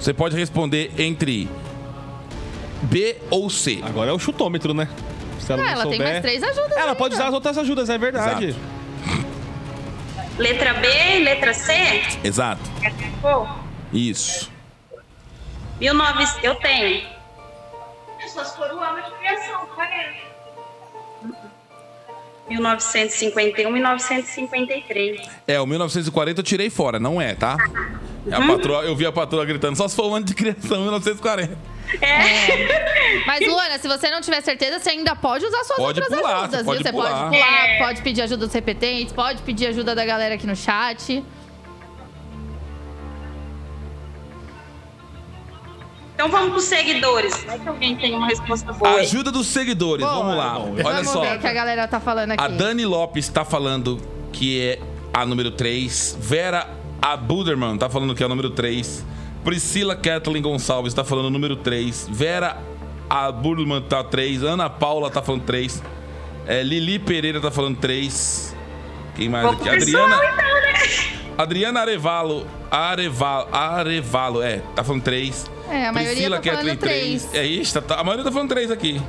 S3: Você pode responder entre B ou C.
S6: Agora é o chutômetro, né? Se ela
S2: Ah,
S6: não
S2: ela tem
S6: souber...
S2: mais três ajudas
S6: Ela
S2: ainda.
S6: pode usar as outras ajudas, é verdade.
S3: Exato.
S7: Letra B e letra C?
S3: Exato.
S7: Pô,
S3: Isso.
S7: 1900. Eu tenho. Pessoas foram lá de criação, 1951 1953.
S3: É, o 1940 eu tirei fora, não é, tá? É
S7: Hum?
S3: a patroa, eu vi a patroa gritando, só se for um ano de criação, 1940.
S2: Mas, Luana, se você não tiver certeza, você ainda pode usar suas
S3: Pode
S2: outras
S3: pular,
S2: ajudas,
S3: você pode
S2: viu?
S3: pular.
S2: Você pode pular,
S7: É.
S2: pode pedir ajuda dos repetentes, pode pedir ajuda da galera aqui no chat.
S7: Então vamos pros seguidores. Vai que alguém tem uma resposta boa. aí.
S3: Ajuda dos seguidores,
S2: Boa.
S3: vamos lá. Olha
S2: Vamos
S3: só.
S2: ver o que a galera tá falando aqui.
S3: A Dani Lopes tá falando que é a número 3. Vera Abuderman tá falando que é a número 3. Priscila Kathleen Gonçalves tá falando número 3. Vera Abuderman tá 3. Ana Paula tá falando 3. É, Lili Pereira tá falando 3. Quem mais
S7: Vamos
S3: aqui?
S7: pro pessoal,
S3: Adriana.
S7: então, né?
S3: Adriana Arevalo. Arevalo. Arevalo, é, tá falando 3.
S2: É, a maioria tá falando três.
S3: É isso, tá- tá- a maioria tá falando 3 aqui.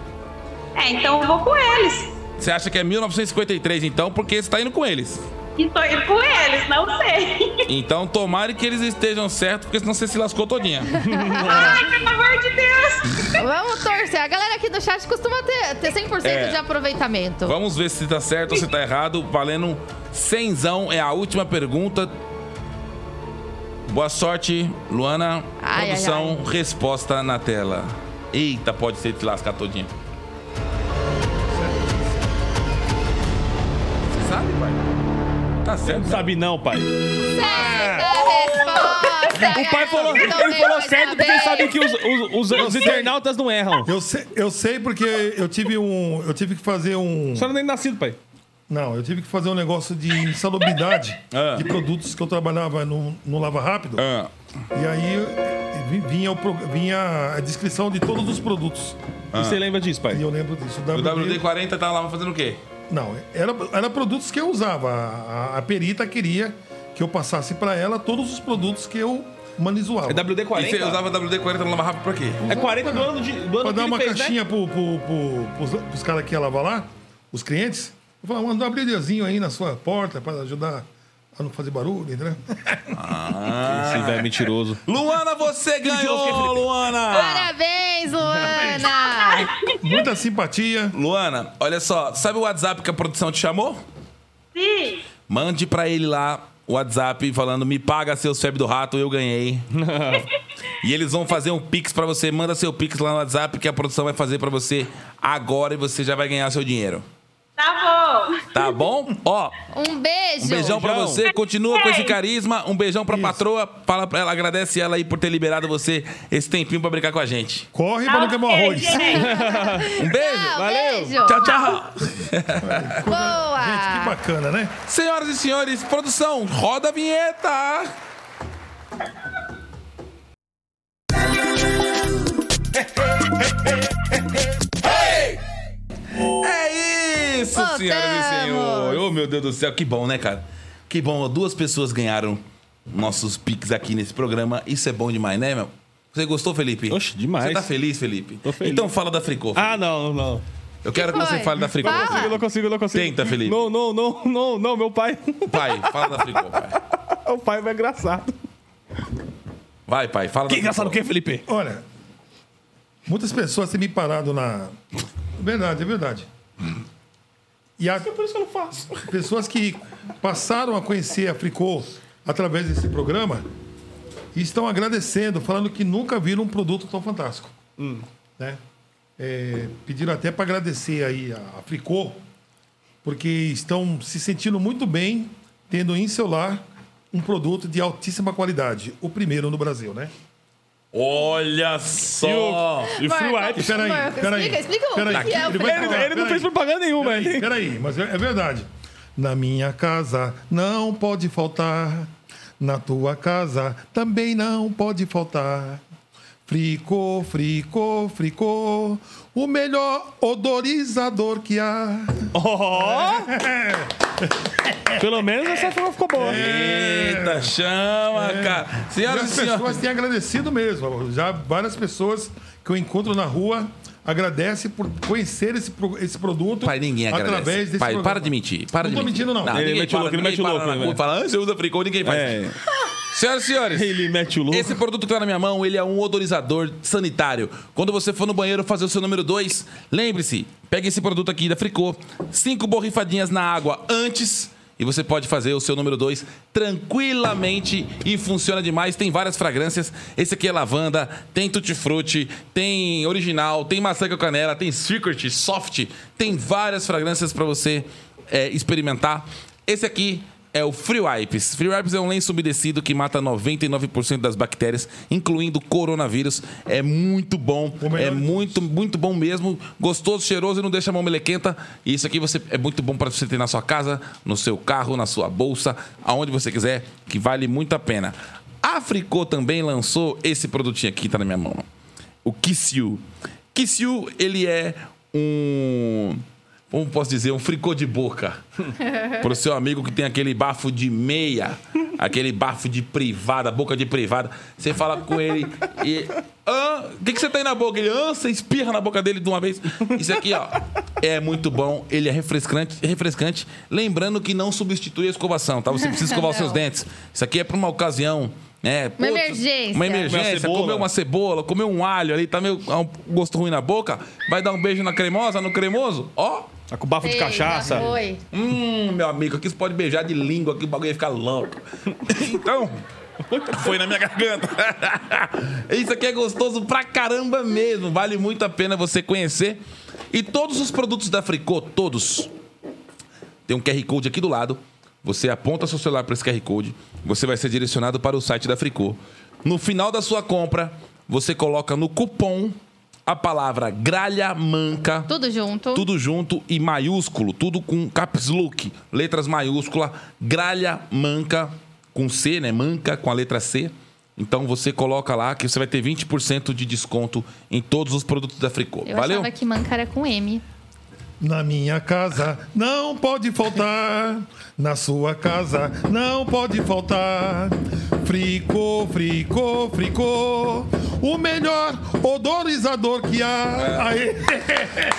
S7: É, então eu vou com eles.
S3: Você acha que é 1953 então, porque você tá indo com eles.
S7: E tô indo com eles, não sei.
S3: Então tomara que eles estejam certos, porque senão você se
S2: <laughs>
S3: lascou todinha.
S7: Ai, pelo amor de Deus.
S2: Vamos torcer. A galera aqui do chat costuma ter, ter 100%
S3: É.
S2: de aproveitamento.
S3: Vamos ver se tá certo ou se tá errado. Valendo cenzão é a última pergunta. Boa sorte, Luana.
S2: Ai,
S3: Produção, resposta na tela. Eita, pode ser te lascar todinha. Você sabe, pai? Tá certo.
S6: Não sabe não, pai.
S2: Certa resposta,
S6: O pai falou,
S2: galera.
S6: ele
S2: É,
S6: falou
S2: Então,
S6: certo porque ele
S2: parabéns.
S6: sabe que os, os- os- os internautas não erram.
S5: eu sei, eu sei porque eu tive um. Eu tive que fazer um.
S6: A senhora é nem nascido, pai.
S5: Não, eu tive que fazer um negócio de insalubridade
S3: Ah.
S5: de produtos que eu trabalhava no, no Lava Rápido.
S3: Ah,
S5: E aí vi- vinha, o pro- vinha a descrição de todos os produtos.
S3: Ah.
S6: E você lembra disso,
S5: E
S6: pai?
S5: eu lembro disso.
S3: o WD-40 tá lá fazendo o quê?
S5: Não, era, era produtos que eu usava. A, a perita queria que eu passasse para ela todos os produtos que eu manizoava.
S6: É WD-40?
S3: E você usava WD-40 no Lava Rápido pra quê?
S6: É 40 do ano, de, do
S5: Pra
S6: ano que
S5: dar
S6: ele
S5: uma
S6: fez, né?
S5: caixinha pro, pro, pro, pros, pros caras que iam lavar lá, os clientes. Eu falava, manda um abridorzinho aí na sua porta para ajudar a não fazer barulho, né?
S6: Esse velho Ah, é mentiroso.
S3: Luana, você ganhou, Luana!
S2: Parabéns, Luana!
S5: Muita simpatia.
S3: Luana, olha só, sabe o WhatsApp que a produção te chamou?
S7: Sim.
S3: Mande pra ele lá o WhatsApp falando: me paga seu febre do rato, eu ganhei. e eles vão fazer um pix pra você. Manda seu pix lá no WhatsApp que a produção vai fazer pra você agora e você já vai ganhar seu dinheiro.
S7: Tá bom.
S3: Tá bom? Ó,
S2: Um beijo.
S3: um beijão pra
S6: Beijão.
S3: você. Continua com esse carisma. Um beijão pra patroa. Fala pra ela, agradece ela aí por ter liberado você esse tempinho pra brincar com a gente.
S5: Corre pra não queimar o arroz.
S3: Um beijo.
S2: Tchau,
S3: Valeu.
S2: beijo.
S3: Tchau, tchau.
S5: Que
S2: Boa.
S5: bacana, né?
S3: Senhoras e senhores, produção, roda a vinheta. É isso,
S2: Voltamos.
S3: senhoras e senhores. Oh, meu Deus do céu, que bom, né, cara? Que bom, duas pessoas ganharam nossos piques aqui nesse programa. Isso é bom demais, né, meu? Você gostou, Felipe?
S6: Oxe, demais.
S3: Você tá feliz, Felipe?
S6: Tô feliz.
S3: Então fala da Fricô.
S6: Ah, não, não.
S3: Eu quero que, você
S2: foi?
S3: fale da Fricô.
S2: Fala.
S6: Eu não consigo, eu não consigo.
S3: Tenta, Felipe.
S6: Não, não, não, não, não, meu pai. <laughs>
S3: Pai, fala da Fricô, pai.
S6: o pai vai engraçado.
S3: Vai, pai, fala
S6: Que
S3: da
S6: engraçado o
S3: Fricô.
S6: quê, Felipe?
S5: Olha, muitas pessoas têm me parado na. Verdade, é verdade. E há
S6: Por isso que eu não faço.
S5: pessoas que passaram a conhecer a Fricô através desse programa e estão agradecendo, falando que nunca viram um produto tão fantástico.
S6: Hum.
S5: Né? É, pediram até para agradecer aí a, a Fricô, porque estão se sentindo muito bem tendo em seu lar um produto de altíssima qualidade, o primeiro no Brasil, né?
S3: Olha só!
S6: E o Free
S5: E
S6: White.
S5: peraí,
S2: Marcos,
S5: peraí.
S2: explica, explica o
S5: peraí,
S2: que é o
S5: ele vai
S2: Free
S6: Ele,
S5: falar,
S6: ele não
S5: peraí.
S6: fez propaganda nenhuma.
S5: Peraí,
S6: hein?
S5: peraí, mas é é verdade. Na minha casa não pode faltar. Na tua casa também não pode faltar. Fricô, fricô, fricô. O melhor odorizador que há.
S6: <laughs> Ó! Pelo menos essa forma ficou boa. É.
S3: Eita, chama, cara!
S5: E
S3: Senhoras e
S5: as
S3: senhores,
S5: pessoas têm agradecido mesmo. Já várias pessoas que eu encontro na rua agradecem por conhecer esse, pro- esse produto
S3: pai, ninguém
S5: através
S3: agradece.
S5: desse
S3: Pai,
S5: programa.
S3: para de mentir. Para
S5: Não
S3: de
S5: tô
S3: mentir.
S5: mentindo, não. Ele
S3: ninguém
S6: mete o
S3: para,
S6: louco, ele
S3: ninguém
S6: mete o
S3: para
S6: louco,
S3: na
S6: né,
S3: rua,
S6: velho?
S3: fala, ah, você usa fricô, ninguém faz.
S6: É.
S3: Senhoras e senhores,
S6: Ele mete o louco.
S3: esse produto que tá na minha mão, ele é um odorizador sanitário. Quando você for no banheiro fazer o seu número 2, lembre-se, pegue esse produto aqui da Fricô, cinco borrifadinhas na água antes e você pode fazer o seu número 2 tranquilamente e funciona demais. Tem várias fragrâncias. Esse aqui é lavanda, tem tutti-frutti, tem original, tem maçã com canela, tem secret, soft, tem várias fragrâncias para você é, experimentar. Esse aqui é o Free Wipes. Free Wipes é um lenço umedecido que mata 99% das bactérias, incluindo coronavírus. É muito bom,
S5: O melhor
S3: é
S5: de
S3: muito, muito bom mesmo. Gostoso, cheiroso e não deixa a mão melequenta. E isso aqui você, é muito bom para você ter na sua casa, no seu carro, na sua bolsa, aonde você quiser, que vale muito a pena. A Fricô também lançou esse produtinho aqui, tá na minha mão. O Kiss You. Kiss You, ele é um... Como posso dizer? Um fricô de boca
S2: É.
S3: pro seu amigo que tem aquele bafo de meia, aquele bafo de privada, boca de privada. Você fala com ele e. "Hã? O que, que você tem na boca? Ele "Hã?" você espirra na boca dele de uma vez. Isso aqui, ó, é muito bom. Ele é refrescante, refrescante. Lembrando que não substitui a escovação, tá? Você precisa escovar os seus
S2: Não.
S3: dentes. Isso aqui é pra uma ocasião. né?
S2: Uma
S3: Putz,
S2: emergência.
S3: Uma emergência.
S6: Uma cebola.
S3: comeu uma cebola, comeu um alho ali, tá meio ah, um gosto ruim na boca. Vai dar um beijo na cremosa, no cremoso, ó.
S6: Tá com bafo de
S2: Eita,
S6: cachaça.
S2: Foi.
S3: Hum, meu amigo, aqui você pode beijar de língua, que o bagulho ia ficar louco. Então, foi na minha garganta. <laughs> Isso aqui é gostoso pra caramba mesmo. Vale muito a pena você conhecer. E todos os produtos da Fricô, todos, tem um QR Code aqui do lado. Você aponta seu celular para esse QR Code. Você vai ser direcionado para o site da Fricô. No final da sua compra, você coloca no cupom a palavra gralha manca.
S2: Tudo junto.
S3: Tudo junto e maiúsculo, tudo com caps look, letras maiúscula, gralha manca com C, né? Manca com a letra C. Então você coloca lá que você vai ter 20% de desconto em todos os produtos da Fricô.
S2: Eu
S3: Valeu?
S2: achava que mancar era com M.
S5: Na minha casa não pode faltar. Na sua casa não pode faltar. Fricô, fricô, fricô. O melhor odorizador que há. Aí. <laughs>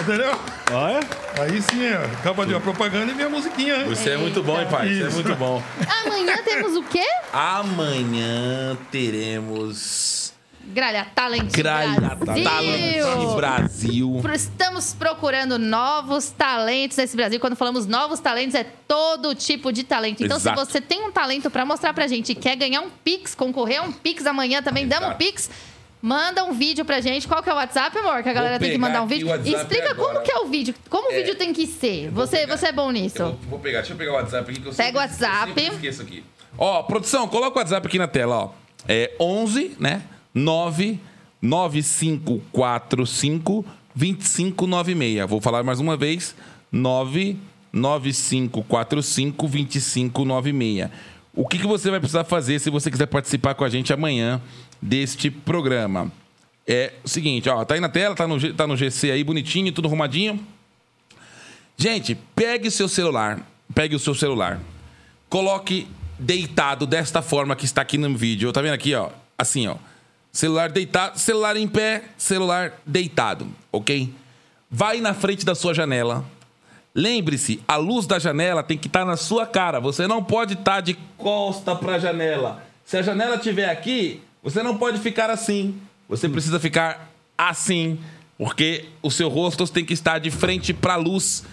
S5: Entendeu?
S6: Olha.
S5: Aí sim, Ah, é. acaba de a propaganda e minha musiquinha. hein?
S3: Isso é muito bom, hein, pai? Isso é
S5: Isso.
S3: muito bom.
S2: Amanhã temos o quê?
S3: Amanhã teremos
S2: Gralha Talent
S3: Gralha
S2: Brasil.
S3: Talent Brasil.
S2: Pro- Estamos procurando novos talentos nesse Brasil. Quando falamos novos talentos, é todo tipo de talento. Então,
S3: Exato.
S2: se você tem um talento pra mostrar pra gente e quer ganhar um Pix, concorrer a um Pix amanhã também, damos um Pix, Manda um vídeo pra gente. Qual que é o WhatsApp, amor? Que a galera tem que
S3: pegar
S2: mandar um
S3: aqui
S2: vídeo.
S3: o WhatsApp
S2: Explica como
S3: agora.
S2: que é o vídeo. Como o vídeo tem que ser. Você,
S3: pegar.
S2: você é bom nisso.
S3: Eu vou, vou pegar, deixa eu pegar o WhatsApp aqui que eu
S2: Pega o
S3: sempre- eu
S2: WhatsApp.
S3: sempre esqueço aqui. Ó, produção, coloca o WhatsApp aqui na tela, ó. É 11, né? 9 9545 2596. Vou falar mais uma vez. 9 9545 2596. O que, que você vai precisar fazer se você quiser participar com a gente amanhã deste programa? É o seguinte, ó, tá aí na tela, tá no, G- tá no GC aí bonitinho, tudo arrumadinho. Gente, pegue o seu celular, pegue o seu celular, coloque deitado desta forma que está aqui no vídeo. Tá vendo aqui, ó? Assim, ó. Celular deitado, celular em pé, celular deitado, ok? Vai na frente da sua janela. Lembre-se, a luz da janela tem que estar na sua cara. Você não pode estar de costa para a janela. Se a janela estiver aqui, você não pode ficar assim. Você precisa ficar assim, porque o seu rosto tem que estar de frente para a luz.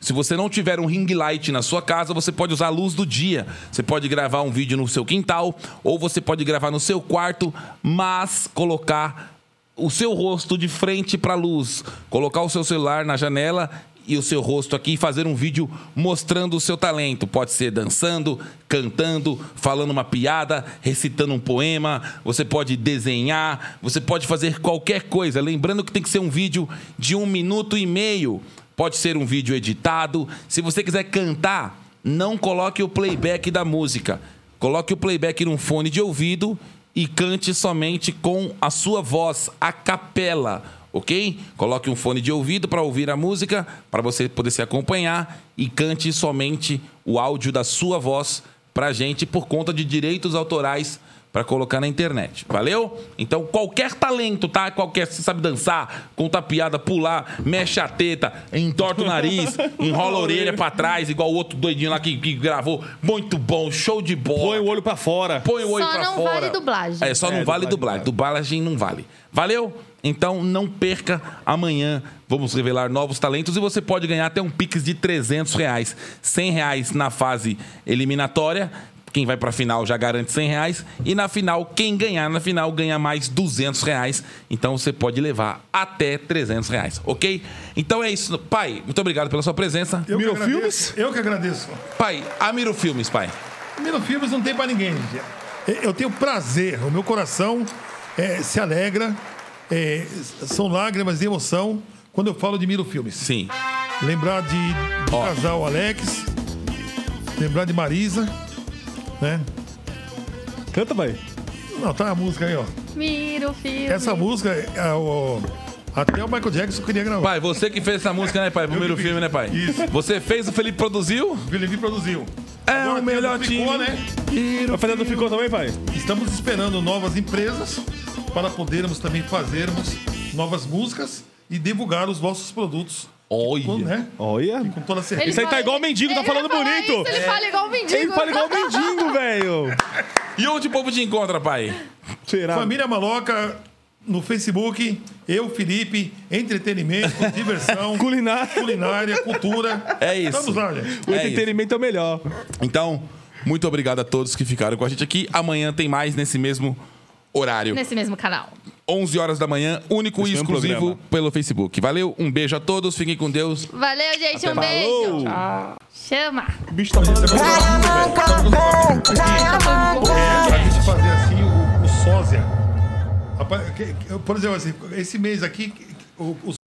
S3: Se você não tiver um ring light na sua casa, você pode usar a luz do dia. Você pode gravar um vídeo no seu quintal ou você pode gravar no seu quarto, mas colocar o seu rosto de frente para a luz, colocar o seu celular na janela e o seu rosto aqui e fazer um vídeo mostrando o seu talento. Pode ser dançando, cantando, falando uma piada, recitando um poema, você pode desenhar, você pode fazer qualquer coisa. Lembrando que tem que ser um vídeo de um minuto e meio pode ser um vídeo editado. Se você quiser cantar, não coloque o playback da música. Coloque o playback num fone de ouvido e cante somente com a sua voz, a capela, ok? Coloque um fone de ouvido para ouvir a música, para você poder se acompanhar e cante somente o áudio da sua voz para gente por conta de direitos autorais para colocar na internet. Valeu? Então, qualquer talento, tá? Qualquer, você sabe dançar, contar piada, pular, mexe a teta, entorta o nariz, enrola a orelha pra trás, igual o outro doidinho lá que, que gravou. Muito bom, show de bola.
S6: Põe o olho pra fora.
S3: Põe o olho
S2: Só
S3: pra
S2: não
S3: fora.
S2: vale dublagem.
S3: É, só
S6: É,
S3: não vale dublagem.
S6: dublagem.
S3: Dublagem não vale. Valeu? Então não perca. Amanhã vamos revelar novos talentos e você pode ganhar até um Pix de 300 reais. 100 reais na fase eliminatória. Quem vai pra final já garante 100 reais. E na final, quem ganhar na final ganha mais 200 reais. Então você pode levar até 300 reais, ok? Então é isso. Pai, muito obrigado pela sua presença.
S5: Eu que
S6: Miro
S5: agradeço,
S6: Filmes?
S5: Eu que agradeço.
S3: Pai, Amiro Filmes, pai.
S5: Miro Filmes não tem pra ninguém. gente. É, Eu- Eu tenho prazer, o meu coração eh, se alegra, eh, são lágrimas de emoção quando eu falo de Miro Filmes.
S3: Sim.
S5: Lembrar de do
S3: Ó.
S5: casal Alex, lembrar de Marisa, né?
S6: Canta, pai.
S5: Não, tá a música aí, ó.
S2: Miro, filho.
S5: Essa música, é o- até o Michael Jackson queria gravar.
S3: Pai, você que fez essa música, né, pai? Primeiro
S5: que
S3: filme,
S5: fiz.
S3: né, pai?
S5: Isso.
S3: Você fez, o Felipe produziu.
S5: O Felipe produziu.
S3: É
S5: Agora
S3: o
S5: tem
S3: melhor
S5: do
S3: time.
S5: Fricô, né?
S6: O Fernando ficou também, pai?
S5: Estamos esperando novas empresas para podermos também fazermos novas músicas e divulgar os nossos produtos. Com,
S3: Olha.
S5: né?
S6: Olha.
S5: com toda certeza.
S6: Isso aí tá igual o mendigo, tá
S2: Ele vai
S6: falando
S2: falar
S6: bonito.
S2: isso, ele fala
S3: É.
S2: igual o mendigo.
S6: Ele fala igual o mendigo, velho.
S3: E onde o povo te encontra, pai?
S6: Será?
S5: Família Maloca no Facebook, eu, Felipe,
S6: <laughs>
S5: entretenimento, diversão,
S6: Culinária.
S5: culinária, cultura.
S3: É isso.
S5: Vamos lá, gente.
S6: O
S3: É
S6: entretenimento é o melhor.
S3: Então, muito obrigado a todos que ficaram com a gente aqui. Amanhã tem mais nesse mesmo
S2: <laughs>
S3: horário.
S2: Nesse mesmo canal.
S3: 11 horas da manhã, único e
S6: Esse mesmo
S3: exclusivo
S6: programa.
S3: pelo Facebook. Valeu, um beijo a todos, fiquem com Deus.
S2: Valeu, gente. um beijo. Chama.
S6: O bicho tá falando.
S5: A gente fazer assim o, o sósia. Rapaz, que- que- Por exemplo, assim, esse mês aqui, o, o